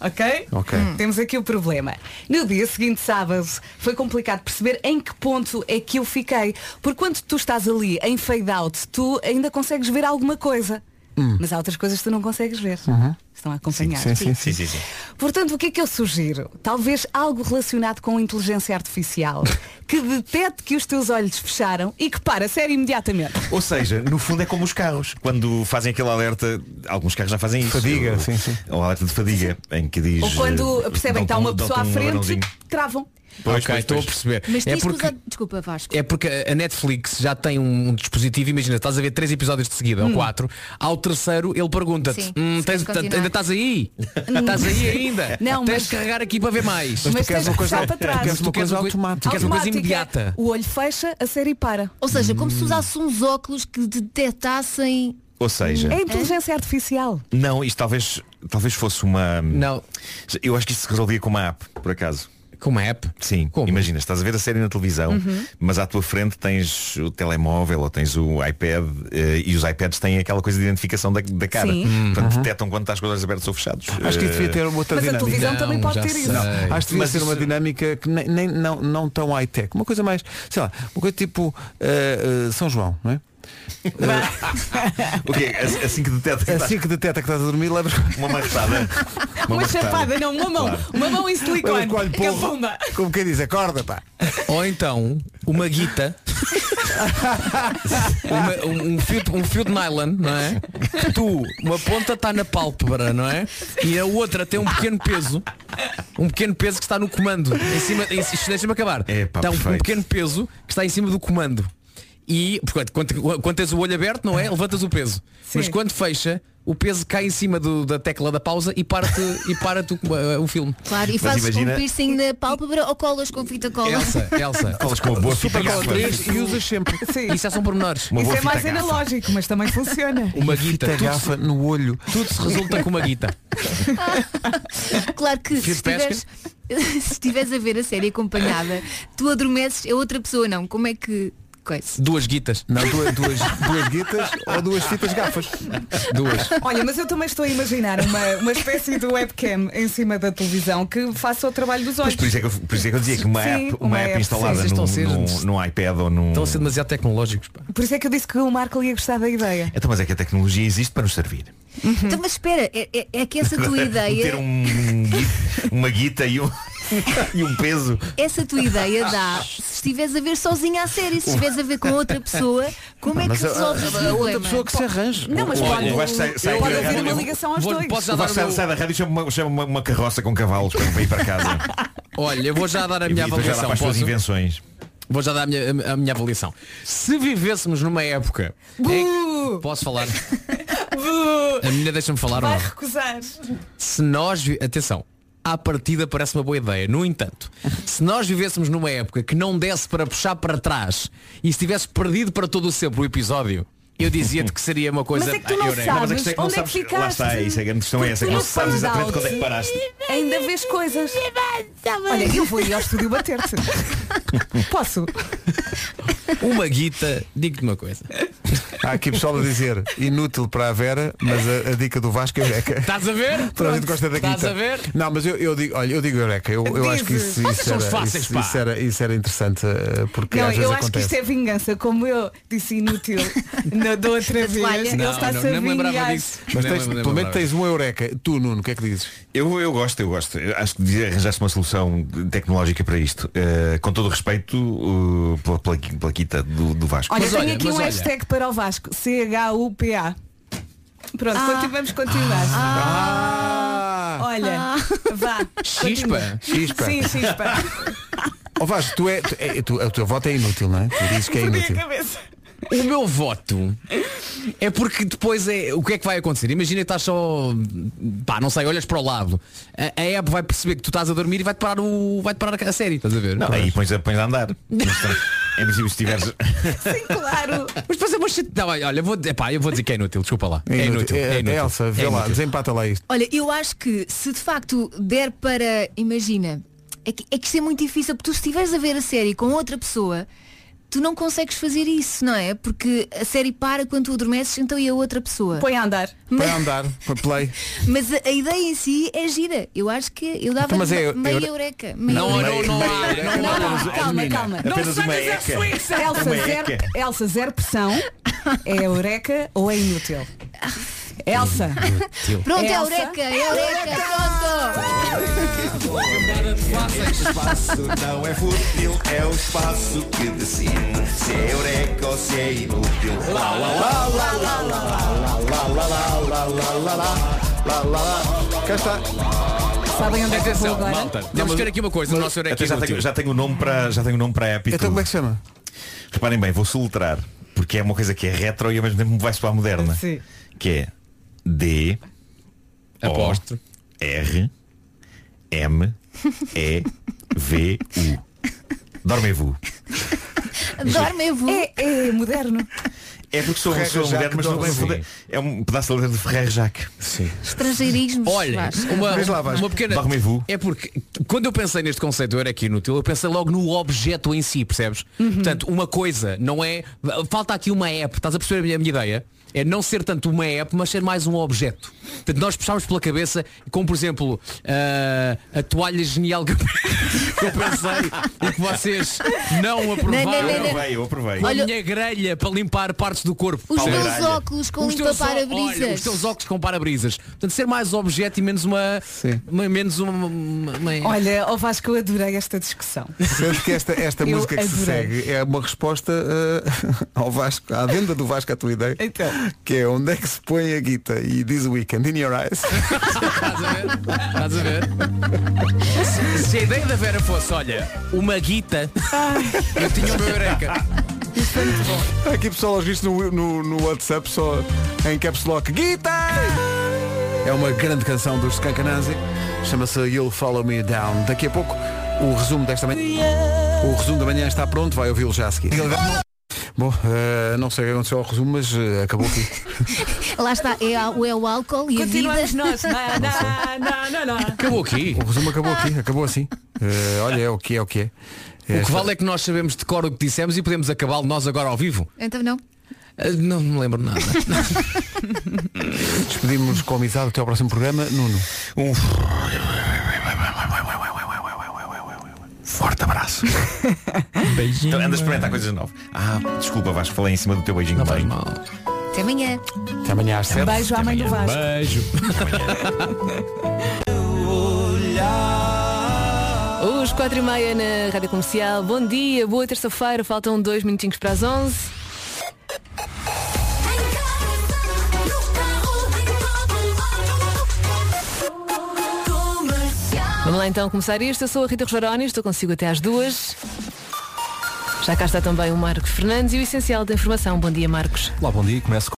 E: ok?
A: Ok. Hum.
E: Temos aqui o problema. No dia seguinte, sábado, foi complicado perceber em que ponto é que eu fiquei. Porque quando tu estás ali em fade out, tu ainda consegues ver alguma coisa.
B: Hum.
E: Mas há outras coisas que tu não consegues ver.
B: Uhum.
E: Estão a acompanhar.
B: sim, sim.
E: Portanto, o que é que eu sugiro? Talvez algo relacionado com
A: [laughs]
E: inteligência artificial que detete que os teus olhos fecharam e que para a série imediatamente.
Q: Ou seja, no fundo é como os carros. Quando fazem aquele alerta, alguns carros já fazem isso.
A: Fadiga,
Q: Ou-
A: sim, sim.
Q: Ou alerta de fadiga, em que diz.
E: Ou quando
Q: eh,
E: percebem que está
Q: dão-te um-
E: uma pessoa à
Q: dão-te um
E: frente,
Q: balãozinho.
E: travam.
Q: Pois,
H: ok,
Q: pois,
H: estou a
Q: pois.
H: perceber.
G: Mas
H: é
G: tens
H: porque,
G: que usar. Desculpa, Vasco.
H: é porque a Netflix já tem um, um dispositivo, imagina, estás a ver três episódios de seguida, ou
G: Hum.
H: quatro, ao terceiro ele pergunta-te,
G: Sim,
H: "Hum,
G: se queres
H: tens-
G: continuar."
H: ainda estás aí?
G: Hum.
H: Estás
G: [laughs]
H: aí ainda?
E: Não,
H: tens
E: mas-
H: de carregar aqui para ver mais.
A: Mas tu Mas queres tens uma que coisa- puxar para trás.
H: tu queres
A: tu queres uma coisa-
H: tu queres uma coisa imediata.
E: O olho fecha, a série para.
G: Ou seja, como se usasse uns óculos que detectassem.
Q: Ou seja.
E: É inteligência artificial.
Q: Não, isto talvez, talvez fosse uma.
H: Não.
Q: Eu acho que isto se resolvia com uma app, por acaso.
H: Com uma é app?
Q: Sim. Imagina, estás a ver a série na televisão,
H: Uhum.
Q: mas à tua frente tens o telemóvel ou tens o iPad eh, e os iPads têm aquela coisa de identificação da, da cara.
A: Sim. Hum.
Q: Portanto,
A: Uhum.
Q: detectam quando estás com os olhos abertos ou fechados.
A: Acho que isso devia
Q: Eh,
A: ter uma outra dinâmica. Não, acho que devia
Q: Mas
A: ser
Q: isso-
A: uma dinâmica que nem, nem- não, não tão high-tech. Uma coisa mais, sei lá, uma coisa tipo eh, eh, São João, não é?
Q: O quê? As- Assim que detecta.
A: Assim que detecta que estás a dormir, levas
H: [laughs]
Q: uma marretada.
E: Uma, chapada, não, uma mão. Uma mão em silicone. Que é bomba.
A: Como quem diz, acorda, pá.
H: Ou então, uma guita. Uma- um, um fio de, um fio de nylon, não é? Que tu, uma ponta está na pálpebra, não é? E a outra tem um pequeno peso. Um pequeno peso que está no comando. Em cima, em- isto deixa-me acabar. É,
Q: pá,
H: está um, um
Q: perfeito.
H: pequeno peso que está em cima do comando. E, portanto, quando, quando tens o olho aberto, não é? Levantas o peso. Mas quando fecha, o peso cai em cima do- da tecla da pausa e para-te e para o filme.
G: Claro, e fazes um piercing na pálpebra ou colas com fita cola.
H: Elsa, Elsa.
Q: Colas com uma boa fita
H: Super cola
Q: gafa.
H: 3 e usas
A: sempre.
H: Isso é já são pormenores.
E: Isso é mais analógico, mas também funciona.
H: Uma guita.
A: Fita
H: Tudo
A: gafa
H: se-
A: no olho.
H: Tudo se resulta com uma guita.
G: Claro que se
H: Fio de pesca?
G: estiveres, [laughs] se estiveres a ver a série acompanhada, tu adormeces, é outra pessoa não. Como é que. Coisa.
H: Duas guitas.
A: Não, duas, duas, duas guitas ou duas fitas gafas.
H: Duas.
E: [laughs] Olha, mas eu também estou a imaginar uma, uma espécie de webcam em cima da televisão que faça o trabalho dos olhos.
Q: Por isso, é que eu, por isso é que eu dizia que uma
E: Sim,
Q: app, uma
E: uma
Q: app
E: app,
Q: instalada
H: sim. Vocês estão
Q: num,
H: a ser-
Q: num- num iPad ou num.
H: Estão a ser demasiado tecnológicos. pá.
E: Por isso é que eu disse que o Marco ia gostar da ideia.
Q: Então, mas é que a tecnologia existe para nos servir.
G: Então, mas espera, é, é- é que essa tua
Q: Ter
G: ideia.
Q: Uhum. um, um gui-
E: [laughs]
Q: uma guita e um, [laughs] e um peso.
G: Essa tua ideia dá se estiveres a ver sozinha a série, se estiveres a ver com outra pessoa, como é que
Q: Um- Mas a-
G: resolves o
Q: a- a outra
G: problema?
Q: pessoa que se arranje.
E: Não, mas
Q: Olha,
E: pode,
Q: eu acho que sai- sai
E: pode
Q: da
E: haver
Q: rádio.
E: uma ligação aos dois.
H: posso já
Q: O
H: dar
Q: Vasco
H: o
Q: sai-
H: meu-
Q: sai da rádio e chama, uma, chama uma, uma carroça com cavalos para para ir para [laughs] casa.
H: Olha, eu vou já dar a
Q: E
H: minha
Q: depois já dá
H: avaliação.
Q: para as suas
H: posso?
Q: invenções.
H: Vou já dar a minha, a minha avaliação. Se vivêssemos numa época. em que- Posso falar?
E: É
H: A menina deixa-me falar ou
E: Vai
H: não?
E: recusar.
H: Se nós. vi- Atenção. À partida parece uma boa ideia. No entanto, se nós vivêssemos numa época que não desse para puxar para trás e estivesse perdido para todo o sempre o episódio, eu dizia-te que seria uma coisa.
E: Mas é que tu não
H: eureka.
E: sabes Não, mas a questão é que não onde é que sabes-
Q: Lá está, isso é a grande questão é essa. Que não
E: Porque
Q: sabes
E: no
Q: exatamente
E: fade-out
Q: quando é que paraste.
E: Ainda vês coisas. Olha, eu vou ir ao estúdio
Q: [laughs]
E: bater-te. Posso?
H: Uma guita, digo-te uma coisa.
A: Há aqui pessoal a dizer inútil para a Vera, mas a, a dica do Vasco é Eureka.
H: Estás a ver?
A: Toda a gente gosta da guita.
H: Tá Estás a ver?
A: Não, mas eu, eu digo, olha, eu digo Eureka. Eu, eu acho que isso,
H: Dizes.
A: isso
H: São
A: era,
H: fáceis,
A: isso,
H: pá.
A: isso era, isso era interessante eh, porque
E: não,
A: às vezes
E: eu acho que
A: acontece.
E: isto é vingança, como eu disse inútil na da outra vez. Ele
H: Ah,
E: está-se a vingar.
A: Mas
Q: Nem
A: tens,
Q: me
A: pelo menos
Q: lembrava.
A: tens uma Eureka. Tu, Nuno, o que é que dizes?
Q: Eu, eu gosto, eu gosto. Eu acho que devia arranjar-se uma solução tecnológica para isto. Eh, com todo o respeito eh, pela, pela, pela quita do, do Vasco.
E: Olha, tenho aqui um hashtag para o Vasco, CHUPA. Pronto, conti- vamos continuar.
Q: Ah.
H: Ah!
E: Olha, vá. continua.
A: Chispa.
E: Sim, chispa.
A: Ó Vasco, tu é, tu, é, tu, o teu voto é inútil, não é? Tu dizes que é
E: Perdi
A: inútil.
E: a cabeça.
H: O meu voto é porque depois é. O que é que vai acontecer? Imagina que estás só. Pá, não sei, olhas para o lado. A, a app vai perceber que tu estás a dormir e vai-te parar, o, vai -te parar a série. Estás a ver?
Q: Não, aí pões a, pões
E: [laughs]
Q: a andar. é possível se tiveres.
E: Claro.
H: Mas depois é uma chate- Tá bem, olha, vou, epá, eu vou dizer que é inútil, desculpa lá. É inútil.
A: É,
H: É inútil.
A: Elsa, vê
H: É
A: lá,
H: inútil.
A: desempata lá isto.
G: Olha, eu acho que se de facto der para, imagina, é que, é que isto é muito difícil, porque tu se estiveres a ver a série com outra pessoa, tu não consegues fazer isso, não é? Porque a série para quando tu adormeces, então e a outra pessoa?
E: Põe a andar.
A: Põe a andar, põe play.
G: Mas a, a ideia em si é gira. Eu acho que eu dava
A: Então, mas é-
G: meia
A: é-
G: eureka. Meia
A: Não,
G: eureka.
A: não, não há-
E: Não, não, não, calma, calma.
Q: Apenas uma eca.
E: Elsa,
Q: Uma
E: zero,
Q: eca.
E: Elsa, zero pressão. É eureka ou é inútil? Elsa.
G: Pronto, é
E: Elsa.
G: eureka, é eureka, pronto.
R: Faça este espaço não é fútil, é o espaço que decide se é eureka ou se é inútil. Lá, lá, lá, lá, lá, lá, lá, lá, lá, lá, lá, lá, lá, lá, lá, lá. Cá está.
E: Sabem onde é que eu vou
Q: Atenção,
E: agora?
Q: malta. Vamos ter aqui uma coisa. nosso
R: Eureka
Q: já, tenho, já tenho o nome para já tenho o nome para a Então como é que se chama? Reparem bem, vou soletrar. Porque é uma coisa que é retro e ao mesmo tempo vai soar moderna.
E: Sim.
Q: Que é D
A: Oh.
Q: Aposto. R M E V U. Dormevu.
G: Dorme eu vou.
E: É, é moderno.
Q: É porque sou,
E: Ferreira
Q: sou
E: Jacques
Q: moderno, mas não bem
E: Dormevu.
Q: foder- É um pedaço de letra de Ferreira Jacques.
H: Sim.
G: Estrangeirismos.
H: Olha,
G: Vasco.
H: uma, uma pequena. É porque quando eu pensei neste conceito, eu era aqui inútil, eu pensei logo no objeto em si, percebes? Portanto, uma coisa, não é. Falta aqui uma app, estás a perceber a minha, a minha ideia? É não ser tanto uma app, mas ser mais um objeto. Portanto, nós puxámos pela cabeça, como por exemplo, ah, a toalha genial que eu [laughs] que eu pensei e que vocês não aprovaram.
G: não, não. Eu aprovei,
Q: eu aprovei.
H: A
G: Olha-
H: minha grelha para limpar partes do corpo.
G: Os
H: Percebes?
G: meus óculos com
H: Os teus ó-
G: limpa-parabrisas.
H: olha, os teus óculos com parabrisas. Portanto, ser mais objeto e menos uma. uma- menos uma. uma- uma-
E: Olha, ó Vasco, eu adorei esta discussão.
A: Sendo que esta, esta
E: Eu
A: música que se
E: adorei.
A: segue é uma resposta eh, [laughs] ao Vasco, à venda do Vasco à tua ideia.
E: Então.
A: Que é onde é que se põe a guita e diz o weekend in your eyes.
H: [laughs] Estás a ver? Se- Se a ideia da Vera fosse, olha, uma guita, eu tinha uma eureka.
A: Aqui pessoal aos vistos no, no, no WhatsApp só em caps lock. Guita! É uma grande canção dos Skankananzi. Chama-se You'll Follow Me Down. Daqui a pouco o resumo desta manhã. O resumo da manhã está pronto, vai ouvi-lo já a seguir. Bom, eh, não sei o que aconteceu ao resumo, mas eh, acabou aqui.
G: Lá está, é, a- é o álcool e a vida.
E: Continuamos nós. Na, na, na, na, na.
H: Acabou aqui.
A: O resumo acabou aqui, acabou assim. Eh, olha, é o que é, é o que é.
H: O que
A: Esta-
H: vale é que nós sabemos de cor o que dissemos e podemos acabá-lo nós agora ao vivo.
G: Então não.
H: Ah, Não me lembro nada. é
A: Despedimos-nos com amizade até ao próximo programa. Nuno.
Q: Um forte abraço. [laughs] Beijinho. Anda a experimentar coisas novas. Ah, desculpa, Vasco, falei em cima do teu beijinho. Não faz mal.
G: Até amanhã.
A: Até amanhã às sete.
G: Beijo à mãe do Vasco.
H: Beijo.
T: Os 4 e meia na Rádio Comercial. Bom dia, boa terça-feira. Faltam dois minutinhos para as 11. Vamos lá então começar isto. Eu sou a Rita Rogeroni, estou consigo até às duas. Já cá está também o Marcos Fernandes e o essencial da informação. Bom dia, Marcos.
U: Olá, bom dia. Começo